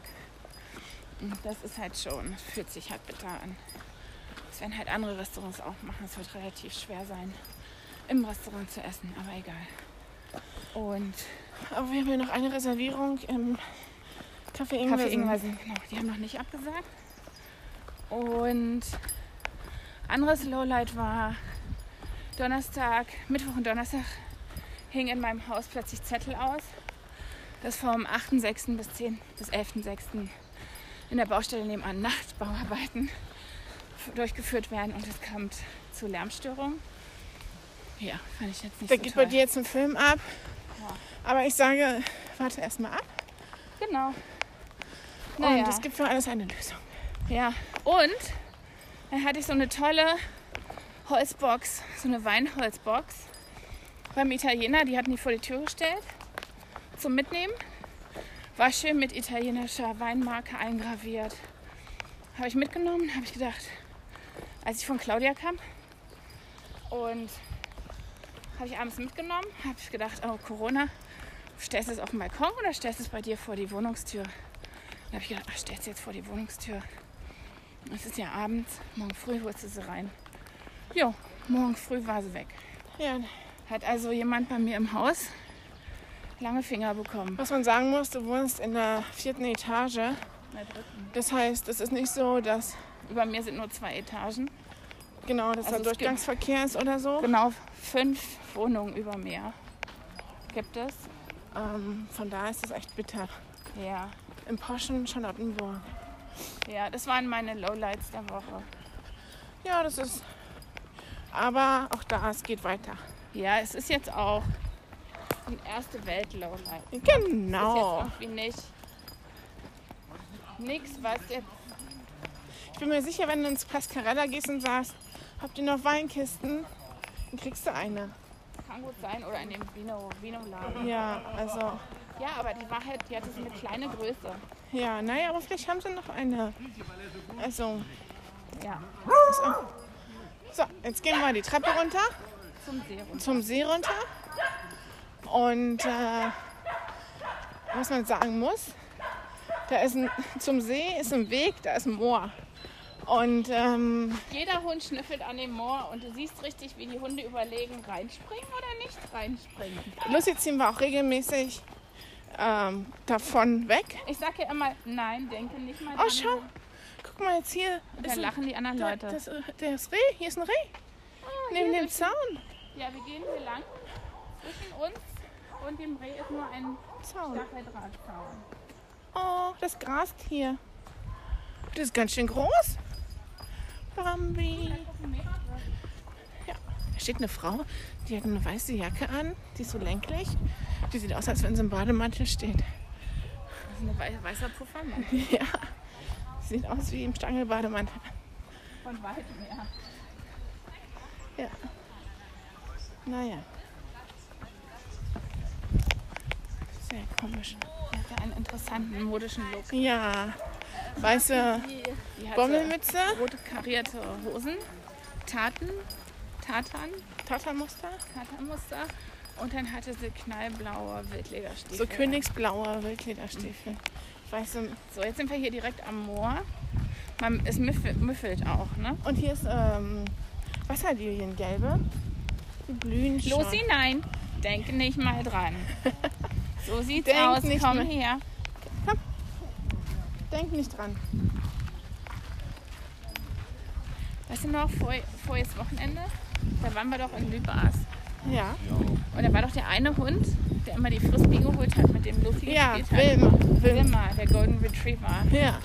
Speaker 1: Das ist halt schon, fühlt sich halt bitter an. Das werden halt andere Restaurants auch machen. Es wird relativ schwer sein, im Restaurant zu essen, aber egal. Und
Speaker 2: Aber wir haben ja noch eine Reservierung im Café Ingwersen.
Speaker 1: Kaffee Ingwersen, genau. Die haben noch nicht abgesagt. Und anderes Lowlight war Donnerstag, Mittwoch und Donnerstag hing in meinem Haus plötzlich Zettel aus, dass vom 8.6. bis 10. bis 11.6. in der Baustelle nebenan Nachtbauarbeiten f- durchgeführt werden und es kam t- zu Lärmstörungen. Ja, fand ich jetzt nicht
Speaker 2: Da
Speaker 1: so
Speaker 2: geht
Speaker 1: toll.
Speaker 2: bei dir jetzt ein Film ab. Aber ich sage, warte erstmal ab.
Speaker 1: Genau.
Speaker 2: Und es gibt für alles eine Lösung.
Speaker 1: Ja, und dann hatte ich so eine tolle Holzbox, so eine Weinholzbox beim Italiener. Die hatten die vor die Tür gestellt zum Mitnehmen. War schön mit italienischer Weinmarke eingraviert. Habe ich mitgenommen, habe ich gedacht, als ich von Claudia kam. Und habe ich abends mitgenommen, habe ich gedacht, oh Corona, stellst du es auf den Balkon oder stellst du es bei dir vor die Wohnungstür? Dann habe ich gedacht, ach, stellst du jetzt vor die Wohnungstür. Es ist ja abends, morgen früh holst du sie rein. Jo, morgen früh war sie weg.
Speaker 2: Ja,
Speaker 1: Hat also jemand bei mir im Haus lange Finger bekommen.
Speaker 2: was man sagen muss, du wohnst in der vierten Etage. Das heißt, es ist nicht so, dass
Speaker 1: Über mir sind nur zwei Etagen.
Speaker 2: genau, dass
Speaker 1: Also
Speaker 2: da
Speaker 1: es gibt-
Speaker 2: Durchgangsverkehr ist oder so.
Speaker 1: Genau fünf Wohnungen über mir gibt es.
Speaker 2: Ähm, von da ist es echt bitter.
Speaker 1: Ja,
Speaker 2: In Poschen, Charlottenburg.
Speaker 1: ja, das waren meine Lowlights der Woche.
Speaker 2: Ja, das ist. Aber auch da, es geht weiter.
Speaker 1: Ja, es ist jetzt auch ein erste Welt Lowlight. Ist
Speaker 2: Genau.
Speaker 1: jetzt irgendwie nicht nichts, was jetzt
Speaker 2: Ich bin mir sicher, wenn du ins Pascarella gehst und sagst, habt ihr noch Weinkisten? Dann kriegst du eine.
Speaker 1: kann gut sein oder in dem Vino Vino Laden.
Speaker 2: Ja, also.
Speaker 1: Ja, aber die war halt, die hatte so eine kleine Größe.
Speaker 2: Ja, naja, aber vielleicht haben sie noch eine. Also,
Speaker 1: Ja,
Speaker 2: so, jetzt gehen wir die Treppe runter,
Speaker 1: zum Serum.
Speaker 2: zum See runter. Und äh, was man sagen muss, da ist ein, zum See ist ein Weg, da ist ein Moor. Und ähm,
Speaker 1: Jeder Hund schnüffelt an dem Moor und du siehst richtig, wie die Hunde überlegen, reinspringen oder nicht reinspringen.
Speaker 2: Lucy ziehen wir auch regelmäßig ähm, davon weg.
Speaker 1: Ich sag ja immer, nein, denke nicht mal
Speaker 2: Oh,
Speaker 1: dran.
Speaker 2: schau, guck mal jetzt hier.
Speaker 1: Da
Speaker 2: ein-
Speaker 1: lachen die anderen
Speaker 2: Da-
Speaker 1: Leute.
Speaker 2: Das, äh, der ist Reh, hier ist ein Reh. Neben dem Zaun.
Speaker 1: Ja, wir gehen hier lang. Zwischen uns und dem Reh ist nur ein Oh.
Speaker 2: Zaun.
Speaker 1: Stacheldrahtzaun.
Speaker 2: Oh, das grast hier. Das ist ganz schön groß. Bambi. Da steht eine Frau, die hat eine weiße Jacke an, die ist so lenklich. Die sieht aus, als wenn sie im Bademantel steht.
Speaker 1: Das ist ein wei- weißer Puffermann
Speaker 2: Ja. Sieht aus wie im Stangelbademantel.
Speaker 1: von weitem her.
Speaker 2: Naja. Sehr komisch.
Speaker 1: Die hatte einen interessanten modischen Look.
Speaker 2: Ja. Weiße
Speaker 1: Die hatte
Speaker 2: Bommelmütze,
Speaker 1: rote karierte Hosen, Taten, Tatan,
Speaker 2: Tatarmuster,
Speaker 1: Katermuster und dann hatte sie knallblaue Wildlederstiefel.
Speaker 2: so königsblauer Wildlederstiefel. Weiße
Speaker 1: So, jetzt sind wir hier direkt am Moor. Man, es müffelt, müffelt auch, ne?
Speaker 2: Und hier ist ähm, Wasserlilien, gelbe. Die blühen schon.
Speaker 1: Lucy, nein, denk nicht mal dran.
Speaker 2: *laughs*
Speaker 1: So sieht's
Speaker 2: Denk
Speaker 1: aus,
Speaker 2: nicht
Speaker 1: komm
Speaker 2: mal.
Speaker 1: her.
Speaker 2: Denk nicht dran.
Speaker 1: Weißt du noch, vor, voriges Wochenende, da waren wir doch in Lübars.
Speaker 2: Ja.
Speaker 1: Und da war doch der eine Hund, der immer die Frisbee geholt hat, mit dem Lucy
Speaker 2: Ja,
Speaker 1: gespielt hat.
Speaker 2: Wilma. Wilma.
Speaker 1: Wilma, der Golden Retriever.
Speaker 2: Ja,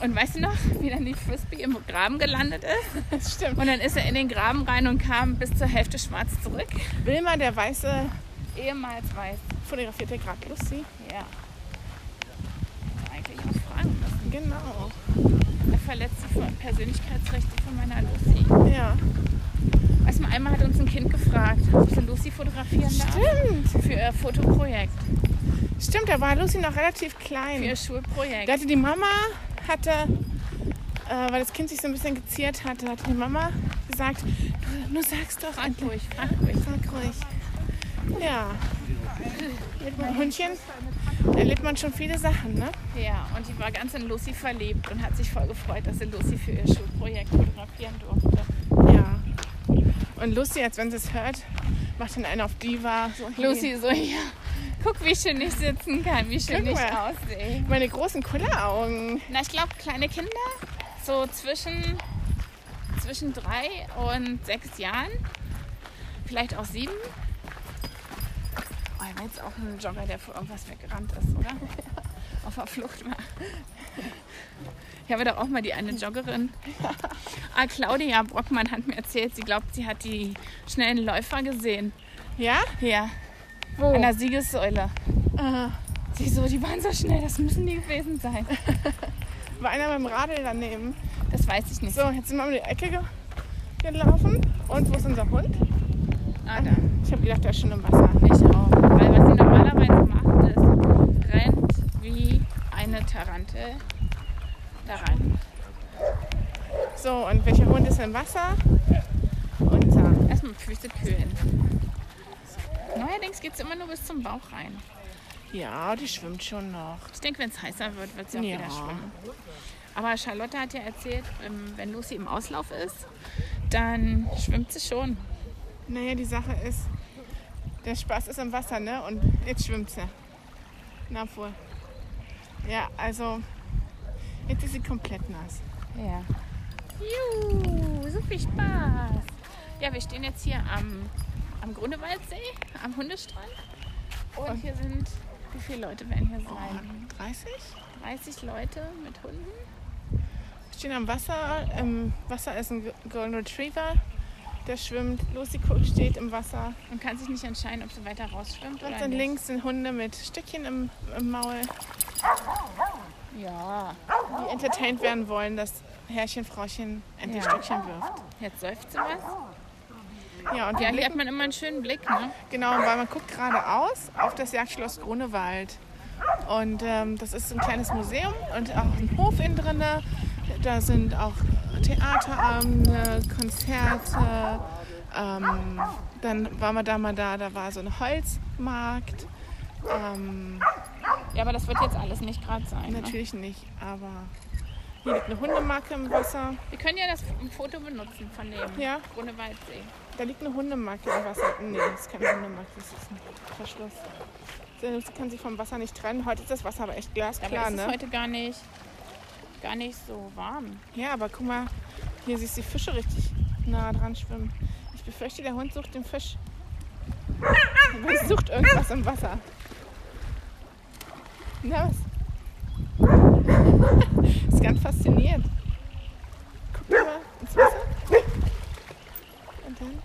Speaker 1: Und weißt du noch, wie dann die Frisbee im Graben gelandet ist?
Speaker 2: *laughs* das stimmt.
Speaker 1: Und dann ist er in den Graben rein und kam bis zur Hälfte schwarz zurück.
Speaker 2: Wilma, der Weiße,
Speaker 1: Ehemals weiß.
Speaker 2: fotografierte gerade Lucy.
Speaker 1: Ja. Eigentlich auch fragen müssen.
Speaker 2: Genau.
Speaker 1: Er verletzt die Ver- Persönlichkeitsrechte von meiner Lucy.
Speaker 2: Ja.
Speaker 1: Weißt du, einmal hat uns ein Kind gefragt, ob sie Lucy fotografieren darf.
Speaker 2: Stimmt.
Speaker 1: Für ihr Fotoprojekt,
Speaker 2: Stimmt, da war Lucy noch relativ
Speaker 1: für ihr
Speaker 2: klein. Da
Speaker 1: Schulprojekt.
Speaker 2: hatte die Mama, hatte, äh, weil das Kind sich so ein bisschen geziert hatte, hatte die Mama gesagt, du, du sagst doch
Speaker 1: Frag ruhig, frag ruhig.
Speaker 2: Sag ruhig. Ja. Mit meinem Hündchen Da erlebt man schon viele Sachen, ne?
Speaker 1: Ja, und die war ganz in Lucy verliebt und hat sich voll gefreut, dass sie Lucy für ihr Schulprojekt fotografieren durfte.
Speaker 2: Ja. Und Lucy, als wenn sie es hört, macht dann einen auf Diva. So, hey.
Speaker 1: Lucy so, ja, guck, wie schön ich sitzen kann, wie schön ich
Speaker 2: Guck mal.
Speaker 1: aussehe.
Speaker 2: Meine großen Kulleraugen.
Speaker 1: Na, ich glaube, kleine Kinder, so zwischen, zwischen drei und sechs Jahren, vielleicht auch sieben. Oh, wir haben jetzt auch einen Jogger, der vor irgendwas weggerannt ist,
Speaker 2: *laughs*
Speaker 1: oder? Auf der Flucht mal. Ich habe doch auch mal die eine Joggerin. Ah, Claudia Brockmann hat mir erzählt, sie glaubt, sie hat die schnellen Läufer gesehen.
Speaker 2: Ja?
Speaker 1: Ja,
Speaker 2: Wo?
Speaker 1: an der Siegessäule.
Speaker 2: Aha.
Speaker 1: Sie so, die waren so schnell, das müssen die gewesen sein.
Speaker 2: War einer mit dem Radl daneben.
Speaker 1: Das weiß ich nicht.
Speaker 2: So, jetzt sind wir um die Ecke ge gelaufen. Und wo ist unser Hund?
Speaker 1: Ah, da.
Speaker 2: Ich habe gedacht, der ist schon im Wasser.
Speaker 1: Ich auch. Weil was sie normalerweise macht, ist, rennt wie eine Tarantel da rein.
Speaker 2: So, und welcher Hund ist im Wasser? Unser.
Speaker 1: Erstmal Füße kühlen. Neuerdings geht es immer nur bis zum Bauch rein.
Speaker 2: Ja, die schwimmt schon noch.
Speaker 1: Ich denke, wenn es heißer wird, wird sie auch
Speaker 2: Ja.
Speaker 1: wieder schwimmen. Aber Charlotte hat ja erzählt, ähm, wenn Lucy im Auslauf ist, dann schwimmt sie schon.
Speaker 2: Naja, die Sache ist, der Spaß ist im Wasser, ne? Und jetzt schwimmt sie. Na wohl. Ja, also, jetzt ist sie komplett nass.
Speaker 1: Ja. Juhu, so viel Spaß. Ja, wir stehen jetzt hier am, am Grunewaldsee, am Hundestrand. Und, hier sind, wie viele Leute werden hier sein?
Speaker 2: 30?
Speaker 1: 30 Leute mit Hunden.
Speaker 2: Wir stehen am Wasser. Im Wasser ist ein Golden Retriever. Der schwimmt. Lucy Cook steht im Wasser.
Speaker 1: Man kann sich nicht entscheiden, ob sie weiter rausschwimmt oder
Speaker 2: Rechts und
Speaker 1: nicht.
Speaker 2: links sind Hunde mit Stückchen im, im Maul,
Speaker 1: Ja,
Speaker 2: die entertained werden wollen, dass Herrchen, Frauchen endlich
Speaker 1: Ja.
Speaker 2: Stückchen wirft.
Speaker 1: jetzt seufzt sie was.
Speaker 2: Ja, und die
Speaker 1: Ja, hier
Speaker 2: blicken,
Speaker 1: hat man immer einen schönen Blick, ne?
Speaker 2: genau, weil man guckt geradeaus auf das Jagdschloss Grunewald. Und ähm, das ist so ein kleines Museum und auch ein Hof innen drin. Da sind auch Theaterabende, Konzerte. Ähm, dann waren wir da mal da, da war so ein Holzmarkt. Ähm,
Speaker 1: Ja, aber das wird jetzt alles nicht gerade sein. Ne?
Speaker 2: Natürlich nicht, aber hier liegt eine Hundemarke im Wasser.
Speaker 1: Wir können ja das Foto benutzen von dem
Speaker 2: Ja.
Speaker 1: Grunewaldsee.
Speaker 2: Da liegt eine Hundemarke im Wasser. Nee, das ist keine Hundemarke, das ist ein Verschluss. Das kann sich vom Wasser nicht trennen. Heute ist das Wasser aber echt
Speaker 1: Aber
Speaker 2: glasklar,
Speaker 1: es ist
Speaker 2: ne?
Speaker 1: heute gar nicht, gar nicht so warm.
Speaker 2: Ja, aber guck mal, hier siehst du die Fische richtig nah dran schwimmen. Ich befürchte, der Hund sucht den Fisch. Er sucht irgendwas im Wasser. Na was? *laughs* ist ganz fasziniert. Guck mal ins Wasser. Und dann.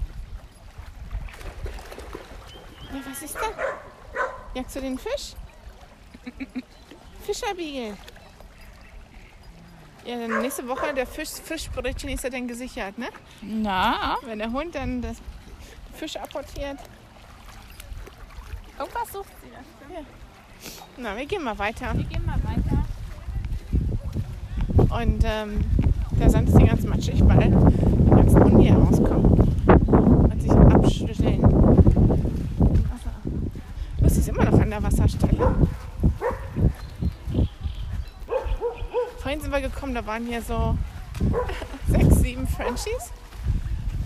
Speaker 2: Ja, was ist das? Jagst du den Fisch? Fischerbiegel. Ja, dann nächste Woche der Fisch, Fischbrötchen ist ja dann gesichert, ne?
Speaker 1: Na,
Speaker 2: Wenn der Hund dann das Fisch apportiert.
Speaker 1: irgendwas sucht sie. das stimmt.
Speaker 2: Na, wir gehen mal weiter.
Speaker 1: Wir gehen mal weiter.
Speaker 2: Und ähm, der Sand ist hier ganz matschig, weil die ganzen Hunde hier rauskommen und sich abschütteln. Im Wasser. Lucy ist immer noch an der Wasserstelle. Vorhin sind wir gekommen, da waren hier so *laughs* sechs, sieben Frenchies.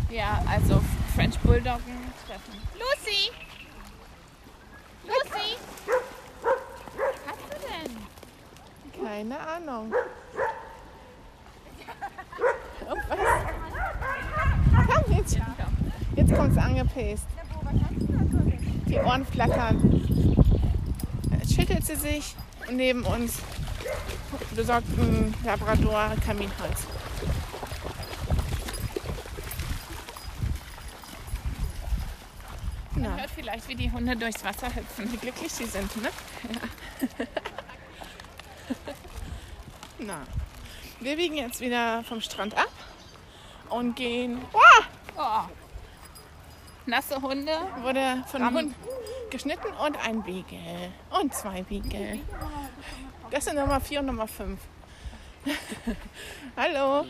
Speaker 1: Ja, also French Bulldoggen treffen. Lucy! Lucy! Was hast du denn?
Speaker 2: Keine Ahnung. Irgendwas. Komm, jetzt, jetzt kommt es angepäst. Die Ohren flackern. Jetzt schüttelt sie sich und neben uns besorgt ein Labrador Kaminholz. Na,
Speaker 1: Man hört vielleicht, wie die Hunde durchs Wasser hüpfen.
Speaker 2: wie glücklich sie sind, ne? *laughs* Na, wir biegen jetzt wieder vom Strand ab und gehen. Uah,
Speaker 1: Oh. Nasse Hunde.
Speaker 2: wurde von
Speaker 1: Rammen.
Speaker 2: Hund geschnitten und ein Biegel und zwei Biegel. Das sind Nummer 4 und Nummer 5. *laughs* Hallo.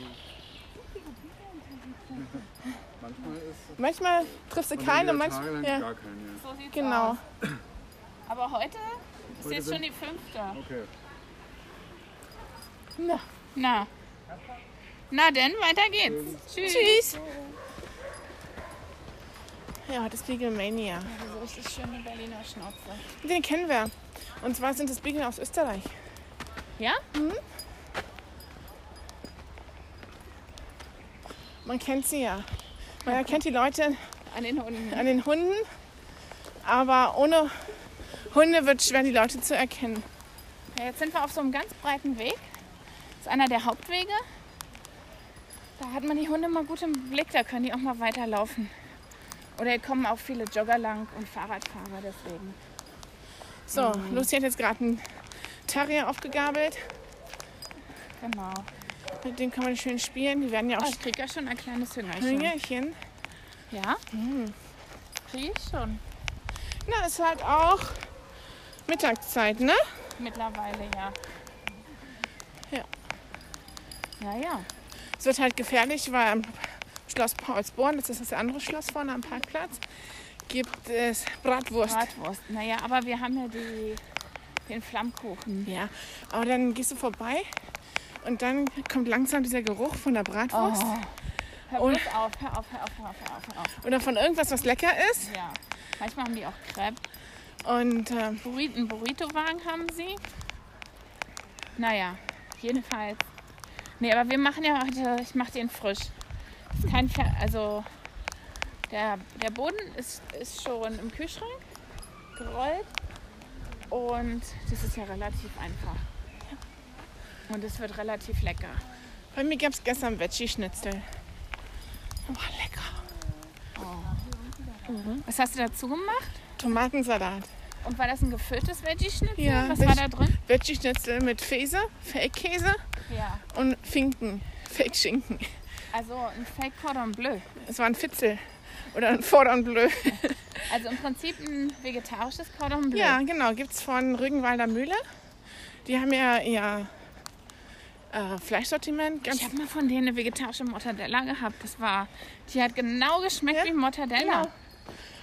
Speaker 4: Manchmal ist
Speaker 2: Manchmal triffst du keine,
Speaker 4: manchmal
Speaker 2: manchmal. Ja,
Speaker 4: gar keine.
Speaker 1: So sieht's
Speaker 2: genau.
Speaker 1: aus. Aber heute Das ist jetzt schon die fünfte.
Speaker 4: Okay.
Speaker 2: Na,
Speaker 1: Na. Na denn, weiter geht's. Tschüss.
Speaker 2: tschüss. Ja, das Beagle Mania.
Speaker 1: So richtig schöne Berliner Schnauze.
Speaker 2: Den kennen wir. Und zwar sind das Beagle aus Österreich.
Speaker 1: Ja?
Speaker 2: Man kennt sie ja. Man erkennt die Leute
Speaker 1: An den Hunden.
Speaker 2: an den Hunden, aber ohne Hunde wird es schwer, die Leute zu erkennen.
Speaker 1: Ja, jetzt sind wir auf so einem ganz breiten Weg. Das ist einer der Hauptwege. Da hat man die Hunde mal gut im Blick, da können die auch mal weiterlaufen. Oder hier kommen auch viele Jogger lang und Fahrradfahrer deswegen.
Speaker 2: So, Lucy hat jetzt gerade einen Terrier aufgegabelt.
Speaker 1: Genau.
Speaker 2: Mit dem kann man schön spielen. Die werden ja
Speaker 1: Oh,
Speaker 2: auch
Speaker 1: ich krieg ja schon ein kleines Hüngerchen.
Speaker 2: Hüngerchen.
Speaker 1: Ja?
Speaker 2: Hm.
Speaker 1: Krieg ich schon.
Speaker 2: Na, ist halt auch Mittagszeit, ne?
Speaker 1: Mittlerweile, ja.
Speaker 2: Ja.
Speaker 1: Ja, ja.
Speaker 2: Es wird halt gefährlich, weil am Schloss Paulsborn, das ist das andere Schloss vorne am Parkplatz, gibt es Bratwurst.
Speaker 1: Bratwurst. Naja, aber wir haben ja die, den Flammkuchen.
Speaker 2: Ja, aber dann gehst du vorbei und dann kommt langsam dieser Geruch von der Bratwurst
Speaker 1: Oh. Hör
Speaker 2: Und-
Speaker 1: bloß auf, hör auf, hör auf, hör auf, hör auf, hör auf.
Speaker 2: oder von irgendwas, was lecker ist.
Speaker 1: Ja. Manchmal haben die auch Crepe.
Speaker 2: Und ähm,
Speaker 1: Burrito, einen Burritowagen haben sie. Naja, jedenfalls. Nee, aber wir machen ja heute, ich mache den frisch. Ist kein Fer also der, der Boden ist, ist schon im Kühlschrank gerollt und das ist ja relativ einfach. Und es wird relativ lecker.
Speaker 2: bei mir gab es gestern Veggie-Schnitzel. Oh, lecker.
Speaker 1: Mhm. Was hast du dazu gemacht?
Speaker 2: Tomatensalat.
Speaker 1: Und war das ein gefülltes Veggie-Schnitzel?
Speaker 2: Ja,
Speaker 1: Was
Speaker 2: das-
Speaker 1: war da drin?
Speaker 2: Veggie-Schnitzel mit Fäse, Fake-Käse
Speaker 1: Ja,
Speaker 2: und Finken, Fake-Schinken.
Speaker 1: also ein Fake Cordon Bleu.
Speaker 2: Es war ein Fitzel oder ein Fordon Bleu.
Speaker 1: Also im Prinzip ein vegetarisches Cordon Bleu.
Speaker 2: Ja, genau. Gibt es von Rügenwalder Mühle. Die haben ja ihr äh, Fleischsortiment. Ganz
Speaker 1: Ich habe mal von denen eine vegetarische Mortadella gehabt. Das war, die hat genau geschmeckt
Speaker 2: Ja,
Speaker 1: wie Mortadella.
Speaker 2: genau.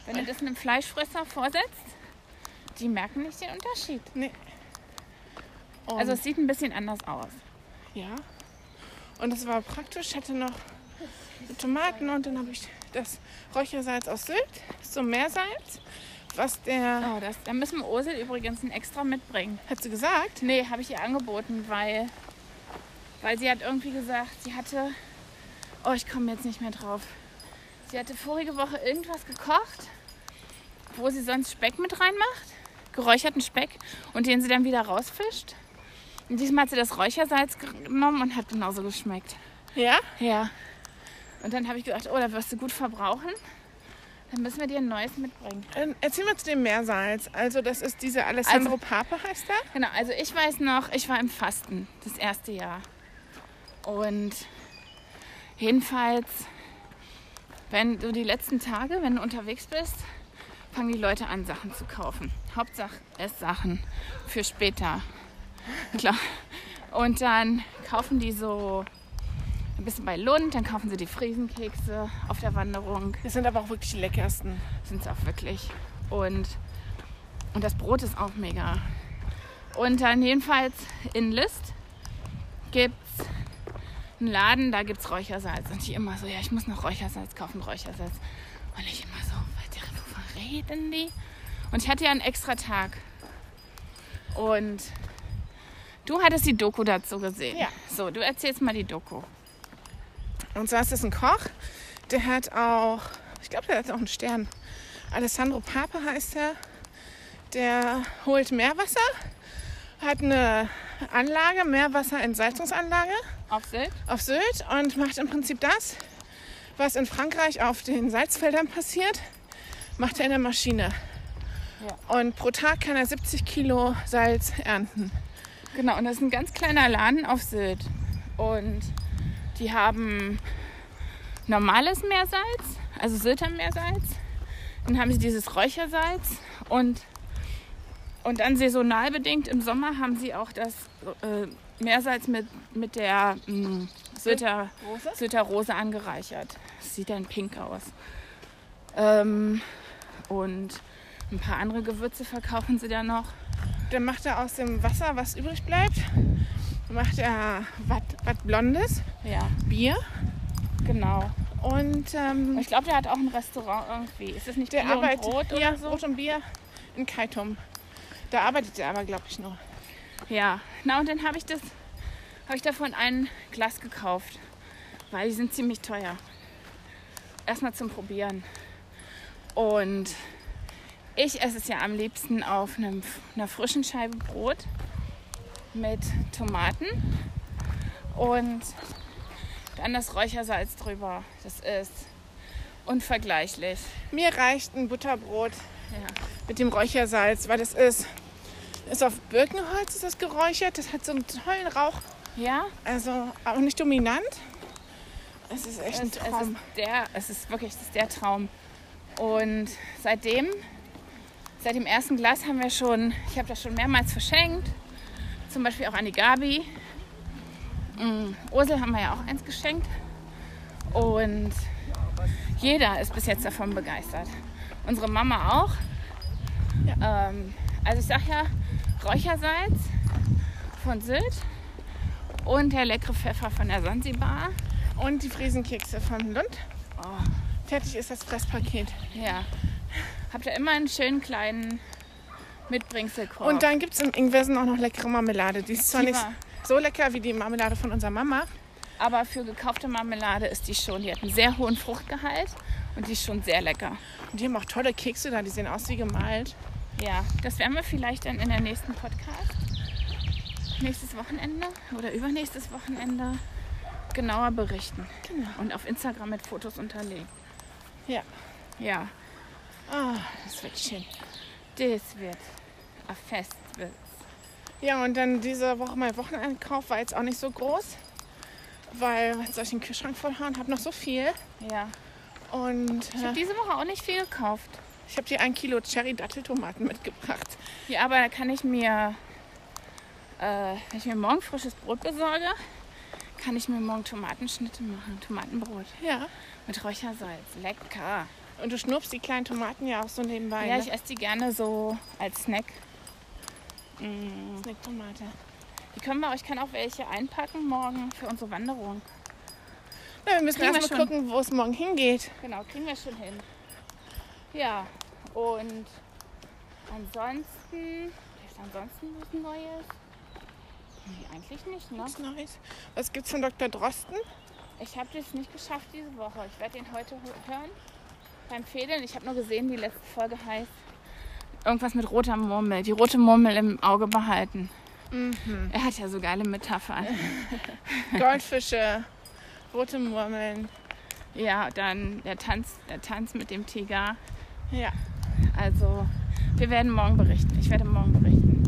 Speaker 1: Wenn du das einem Fleischfresser vorsetzt, die merken nicht den Unterschied.
Speaker 2: und,
Speaker 1: Also es sieht ein bisschen anders aus.
Speaker 2: ja. Und das war praktisch. Ich hatte noch Tomaten und dann habe ich das Räuchersalz aus Sylt. So Meersalz. Was der,
Speaker 1: Oh, das, da müssen wir Ursel übrigens ein extra mitbringen.
Speaker 2: hat sie gesagt?
Speaker 1: Nee, habe ich ihr angeboten, weil, weil sie hat irgendwie gesagt, sie hatte, oh, ich komme jetzt nicht mehr drauf. Sie hatte vorige Woche irgendwas gekocht, wo sie sonst Speck mit reinmacht, geräucherten Speck und den sie dann wieder rausfischt. Und diesmal hat sie das Räuchersalz ge- genommen und hat genauso geschmeckt.
Speaker 2: Ja?
Speaker 1: Ja. Und dann habe ich gedacht, oh, da wirst du gut verbrauchen. Dann müssen wir dir ein neues mitbringen.
Speaker 2: Ähm, erzähl mal zu dem Meersalz. Also das ist diese Alessandro Pape heißt er.
Speaker 1: Genau, also ich weiß noch, ich war im Fasten das erste Jahr. Und jedenfalls, wenn du die letzten Tage, wenn du unterwegs bist, fangen die Leute an, Sachen zu kaufen. Hauptsache Esssachen für später. Klar. Und dann kaufen die so ein bisschen bei Lund, dann kaufen sie die Friesenkekse auf der Wanderung
Speaker 2: Das sind aber auch wirklich die leckersten.
Speaker 1: sind es auch wirklich. Und, und das Brot ist auch mega. Und dann jedenfalls in List gibt es einen Laden, da gibt es Räuchersalz. Und ich immer so, ja, ich muss noch Räuchersalz kaufen, Räuchersalz. Und ich immer so, Walter, wovon reden die? Und ich hatte ja einen extra Tag. Und du hattest die Doku dazu gesehen.
Speaker 2: Ja.
Speaker 1: So, du erzählst mal die Doku.
Speaker 2: Und zwar ist das ein Koch, der hat auch, ich glaube, der hat auch einen Stern. Alessandro Pape heißt er. Der holt Meerwasser, hat eine Anlage, Meerwasserentsalzungsanlage
Speaker 1: Auf Sylt?
Speaker 2: auf Sylt und macht im Prinzip das, was in Frankreich auf den Salzfeldern passiert, macht er in der Maschine. Und pro Tag kann er 70 Kilo Salz ernten.
Speaker 1: Genau, und das ist ein ganz kleiner Laden auf Sylt. Und die haben normales Meersalz, also Sylter Meersalz. Dann haben sie dieses Räuchersalz und, und dann saisonal bedingt im Sommer haben sie auch das äh, Meersalz mit, mit der mh, Sylter,
Speaker 2: Rose?
Speaker 1: Sylter Rose angereichert. Das sieht dann pink aus. Ähm, und ein paar andere Gewürze verkaufen sie da noch.
Speaker 2: Dann macht er aus dem Wasser, was übrig bleibt, macht er was Blondes,
Speaker 1: Ja,
Speaker 2: Bier.
Speaker 1: genau.
Speaker 2: Und ähm,
Speaker 1: Ich glaube, der hat auch ein Restaurant irgendwie. Ist das nicht
Speaker 2: der
Speaker 1: Bier und
Speaker 2: arbeitet
Speaker 1: Brot oder
Speaker 2: ja,
Speaker 1: so?
Speaker 2: Brot und Bier in Kaitum. Da arbeitet er aber, glaube ich, nur.
Speaker 1: Ja, na und dann habe ich das, habe ich davon ein Glas gekauft, weil die sind ziemlich teuer. Erstmal zum Probieren. Und ich esse es ja am liebsten auf einem, einer frischen Scheibe Brot mit Tomaten und dann das Räuchersalz drüber. Das ist unvergleichlich.
Speaker 2: Mir reicht ein Butterbrot
Speaker 1: Ja.
Speaker 2: mit dem Räuchersalz, weil das ist, ist auf Birkenholz ist das geräuchert. Das hat so einen tollen Rauch.
Speaker 1: Ja,
Speaker 2: Also auch nicht dominant. Es ist echt ein
Speaker 1: Es, es,
Speaker 2: Traum.
Speaker 1: ist der, es ist wirklich es ist der Traum. Und seitdem, seit dem ersten Glas haben wir schon, ich habe das schon mehrmals verschenkt, zum Beispiel auch an die Gabi. Mm, Ursel haben wir ja auch eins geschenkt. Und jeder ist bis jetzt davon begeistert. Unsere Mama auch. Ähm, also ich sag ja, Räuchersalz von Sylt und der leckere Pfeffer von der Sansibar.
Speaker 2: Und die Friesenkekse von Lund.
Speaker 1: Oh.
Speaker 2: Fertig ist das Presspaket.
Speaker 1: Ja. Habt ihr immer einen schönen kleinen Mitbringselkorb.
Speaker 2: Und dann gibt es im Ingwersen auch noch leckere Marmelade. Die ist zwar
Speaker 1: Oh. Die
Speaker 2: nicht
Speaker 1: war-
Speaker 2: so lecker wie die Marmelade von unserer Mama.
Speaker 1: Aber für gekaufte Marmelade ist die schon. Die hat einen sehr hohen Fruchtgehalt und die ist schon sehr lecker.
Speaker 2: Und die haben auch tolle Kekse da, die sehen aus wie gemalt.
Speaker 1: Ja, das werden wir vielleicht dann in der nächsten Podcast. Nächstes Wochenende oder übernächstes Wochenende genauer berichten.
Speaker 2: Genau.
Speaker 1: Und auf Instagram mit Fotos unterlegen.
Speaker 2: Ja.
Speaker 1: Ja,
Speaker 2: Ah, das wird schön.
Speaker 1: das wird ein Fest.
Speaker 2: Ja, und dann diese Woche mein Wocheneinkauf war jetzt auch nicht so groß, weil jetzt soll ich den Kühlschrank vollhauen, habe noch so viel.
Speaker 1: Ja.
Speaker 2: Und
Speaker 1: Ich habe
Speaker 2: äh,
Speaker 1: diese Woche auch nicht viel gekauft.
Speaker 2: ich habe dir ein Kilo Cherry-Datteltomaten mitgebracht.
Speaker 1: Ja, aber da kann ich mir, äh, wenn ich mir morgen frisches Brot besorge, kann ich mir morgen Tomatenschnitte machen, Tomatenbrot
Speaker 2: Ja.
Speaker 1: mit Räuchersalz. Lecker.
Speaker 2: Und du schnupfst die kleinen Tomaten ja auch so nebenbei.
Speaker 1: Ja,
Speaker 2: ne?
Speaker 1: ich esse die gerne so als Snack. Mm,
Speaker 2: Snacktomate.
Speaker 1: Die können wir, ich kann auch welche einpacken morgen für unsere Wanderung.
Speaker 2: Na, wir müssen
Speaker 1: Kriegen wir
Speaker 2: erst mal
Speaker 1: schon.
Speaker 2: gucken, wo es morgen hingeht.
Speaker 1: Genau, kriegen wir schon hin. Ja, und ansonsten, ist ansonsten was Neues? Nee, eigentlich nicht, ne?
Speaker 2: Was Neues. Was gibt's von Dr. Drosten?
Speaker 1: Ich habe das nicht geschafft diese Woche. Ich werde den heute ho- hören beim Fädeln. Ich habe nur gesehen, die letzte Folge heißt irgendwas mit roter Murmel. Die rote Murmel im Auge behalten. Er hat ja so geile Metaphern.
Speaker 2: Goldfische, rote Murmeln.
Speaker 1: ja, dann der Tanz, der Tanz mit dem Tiger.
Speaker 2: Ja.
Speaker 1: Also, wir werden morgen berichten. Ich werde morgen berichten.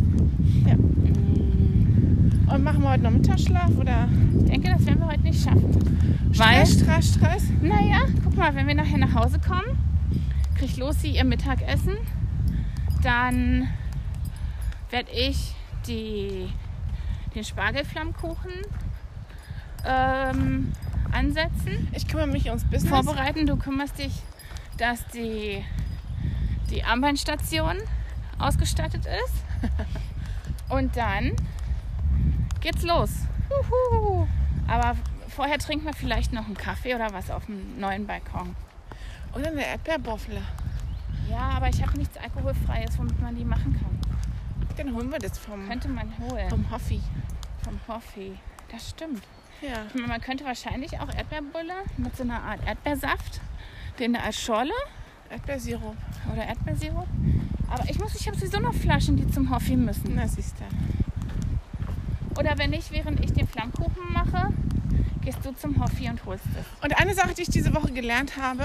Speaker 2: Ja.
Speaker 1: Mm,
Speaker 2: Und machen wir heute noch Mittagsschlaf oder
Speaker 1: Ich denke, das werden wir heute nicht schaffen. Weil-
Speaker 2: Stress, Stress, Stress?
Speaker 1: Naja, guck mal, wenn wir nachher nach Hause kommen, kriegt Losi ihr Mittagessen. Dann werde ich die, den Spargelflammkuchen ähm, ansetzen,
Speaker 2: Ich kümmere mich ums Business.
Speaker 1: vorbereiten. Du kümmerst dich, dass die, die Armbeinstation ausgestattet ist. *laughs* Und dann geht's los. Juhu. Aber vorher trinken wir vielleicht noch einen Kaffee oder was auf dem neuen Balkon.
Speaker 2: Oder eine Erdbeerboffle.
Speaker 1: Ja, aber ich habe nichts Alkoholfreies, womit man die machen kann.
Speaker 2: Dann holen wir das vom,
Speaker 1: Könnte man holen.
Speaker 2: vom Hoffi.
Speaker 1: Vom Hoffi. Das stimmt.
Speaker 2: Ja.
Speaker 1: Ich meine, Man könnte wahrscheinlich auch Erdbeerbulle mit so einer Art Erdbeersaft, den als Schorle
Speaker 2: Erdbeersirup.
Speaker 1: oder Erdbeersirup. Aber ich muss, ich habe sowieso noch Flaschen, die zum Hoffi müssen.
Speaker 2: Na, siehst du.
Speaker 1: Oder wenn nicht, während ich den Flammkuchen mache, gehst du zum Hoffi und holst es.
Speaker 2: Und eine Sache, die ich diese Woche gelernt habe,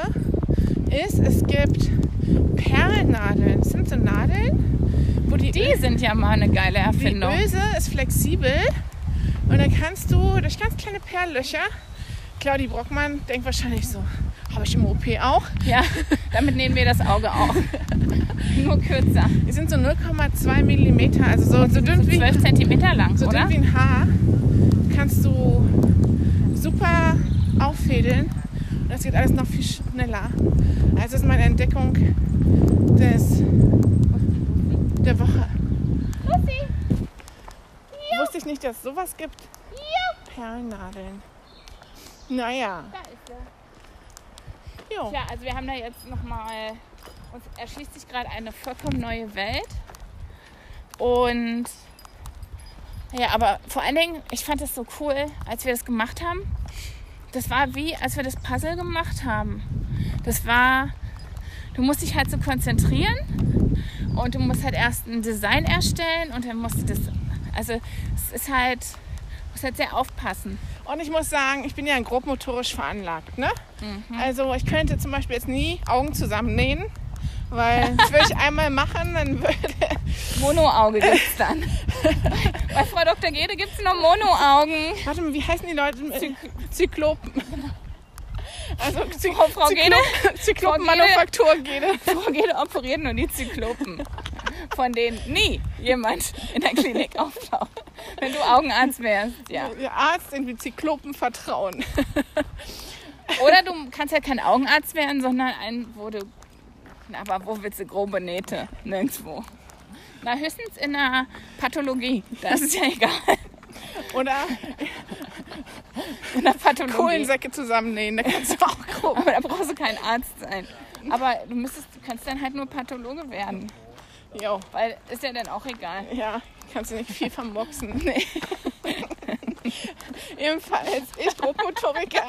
Speaker 2: ist, es gibt Perlnadeln. Das sind so Nadeln, wo die,
Speaker 1: Die sind ja mal eine geile
Speaker 2: die
Speaker 1: Erfindung.
Speaker 2: Öse ist flexibel. Und dann kannst du durch ganz kleine Perllöcher, Claudi Brockmann denkt wahrscheinlich so, habe ich im OP auch.
Speaker 1: Ja, damit nehmen wir das Auge
Speaker 2: *laughs*
Speaker 1: auf. Nur kürzer.
Speaker 2: Die sind so 0,2 Millimeter, also so, so dünn
Speaker 1: So
Speaker 2: wie
Speaker 1: 12 cm lang,
Speaker 2: So
Speaker 1: oder?
Speaker 2: dünn wie ein Haar kannst du super auffädeln und das geht alles noch viel schneller. Also das ist meine Entdeckung des, der Woche.
Speaker 3: Lucy,
Speaker 2: ich nicht, dass es sowas gibt. Perlennadeln. Naja,
Speaker 1: Da ist er.
Speaker 2: jo.
Speaker 1: Tja, also wir haben da jetzt nochmal, uns erschließt sich gerade eine vollkommen neue Welt. Und ja, aber vor allen Dingen, ich fand das so cool, als wir das gemacht haben. Das war wie, als wir das Puzzle gemacht haben. Das war, du musst dich halt so konzentrieren und du musst halt erst ein Design erstellen und dann musst du das, also es ist halt, du musst halt sehr aufpassen.
Speaker 2: Und ich muss sagen, ich bin ja grobmotorisch veranlagt. Ne?
Speaker 1: Mhm.
Speaker 2: Also ich könnte zum Beispiel jetzt nie Augen zusammennähen, weil
Speaker 1: *laughs*
Speaker 2: das würde ich einmal machen, dann würde
Speaker 1: Monoauge gibt's dann. Bei Frau Dr. Gede gibt's nur Monoaugen.
Speaker 2: Warte mal, wie heißen die Leute? Zyklopen. Also Zy
Speaker 1: Frau, Frau Gede,
Speaker 2: Zyklopenmanufaktur Gede.
Speaker 1: Frau Gede operiert nur die Zyklopen. Von denen nie jemand in der Klinik auftaucht. Wenn du Augenarzt wärst, ja.
Speaker 2: Der Arzt irgendwie Zyklopen vertrauen.
Speaker 1: Oder du kannst halt kein Augenarzt werden, sondern ein, wo du. Na, aber wo willst du grobe Nähte? Nirgendwo. Na, höchstens in der Pathologie. Das ist ja egal.
Speaker 2: Oder
Speaker 1: In der Pathologie.
Speaker 2: Kohlensäcke zusammennähen, da kannst du auch grob.
Speaker 1: Aber da brauchst du kein Arzt sein. Aber du müsstest, du kannst dann halt nur Pathologe werden.
Speaker 2: Jo,
Speaker 1: Weil ist ja dann auch egal.
Speaker 2: ja, kannst du nicht viel vermoxen. Nee. *laughs* Ebenfalls, ich Grobmotoriker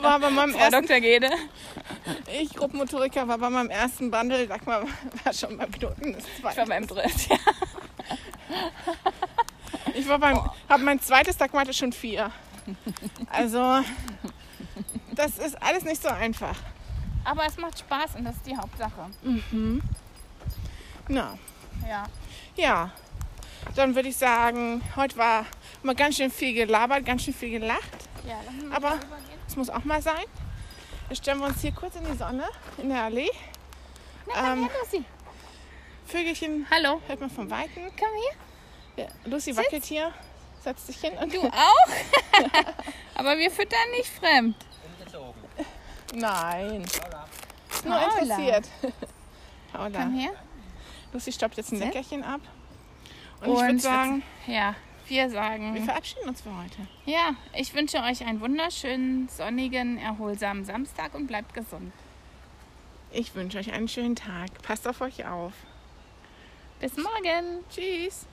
Speaker 2: war bei meinem
Speaker 1: Frau
Speaker 2: ersten,
Speaker 1: Dr. Gede.
Speaker 2: ich Grobmotoriker war bei meinem ersten Bundle, sag mal, war schon beim Piloten. Das
Speaker 1: Ich war
Speaker 2: zweite.
Speaker 1: beim dritten. Ja.
Speaker 2: Ich war beim, habe mein zweites, da hatte schon vier. Also, das ist alles nicht so einfach.
Speaker 1: *laughs* Aber es macht Spaß und das ist die Hauptsache.
Speaker 2: Na,
Speaker 1: Ja.
Speaker 2: ja. Dann würde ich sagen, heute war mal ganz schön viel gelabert, ganz schön viel gelacht.
Speaker 1: Ja, lass uns
Speaker 2: Aber
Speaker 1: übergehen.
Speaker 2: das muss auch mal sein. Jetzt stellen wir uns hier kurz in die Sonne, in der Allee. Ähm,
Speaker 1: Hey, Lucy.
Speaker 2: Vögelchen
Speaker 1: Hallo,
Speaker 2: hört man vom Weiten.
Speaker 1: komm her.
Speaker 2: Ja, Lucy wackelt hier, setzt sich hin und
Speaker 1: Du auch? *laughs* Aber wir füttern nicht fremd.
Speaker 2: Nein. Nur
Speaker 1: Paula.
Speaker 2: interessiert. Paula.
Speaker 1: Oh, Komm her.
Speaker 2: Lucy stoppt jetzt ein
Speaker 1: Sehr.
Speaker 2: Leckerchen ab. Und, ich würde
Speaker 1: Und-
Speaker 2: sagen,
Speaker 1: Ja, wir
Speaker 2: wir
Speaker 1: sagen.
Speaker 2: verabschieden uns für heute.
Speaker 1: Ja, ich wünsche euch einen wunderschönen, sonnigen, erholsamen Samstag und bleibt gesund.
Speaker 2: Ich wünsche euch einen schönen Tag. Passt auf euch auf.
Speaker 1: Bis morgen.
Speaker 2: Tschüss.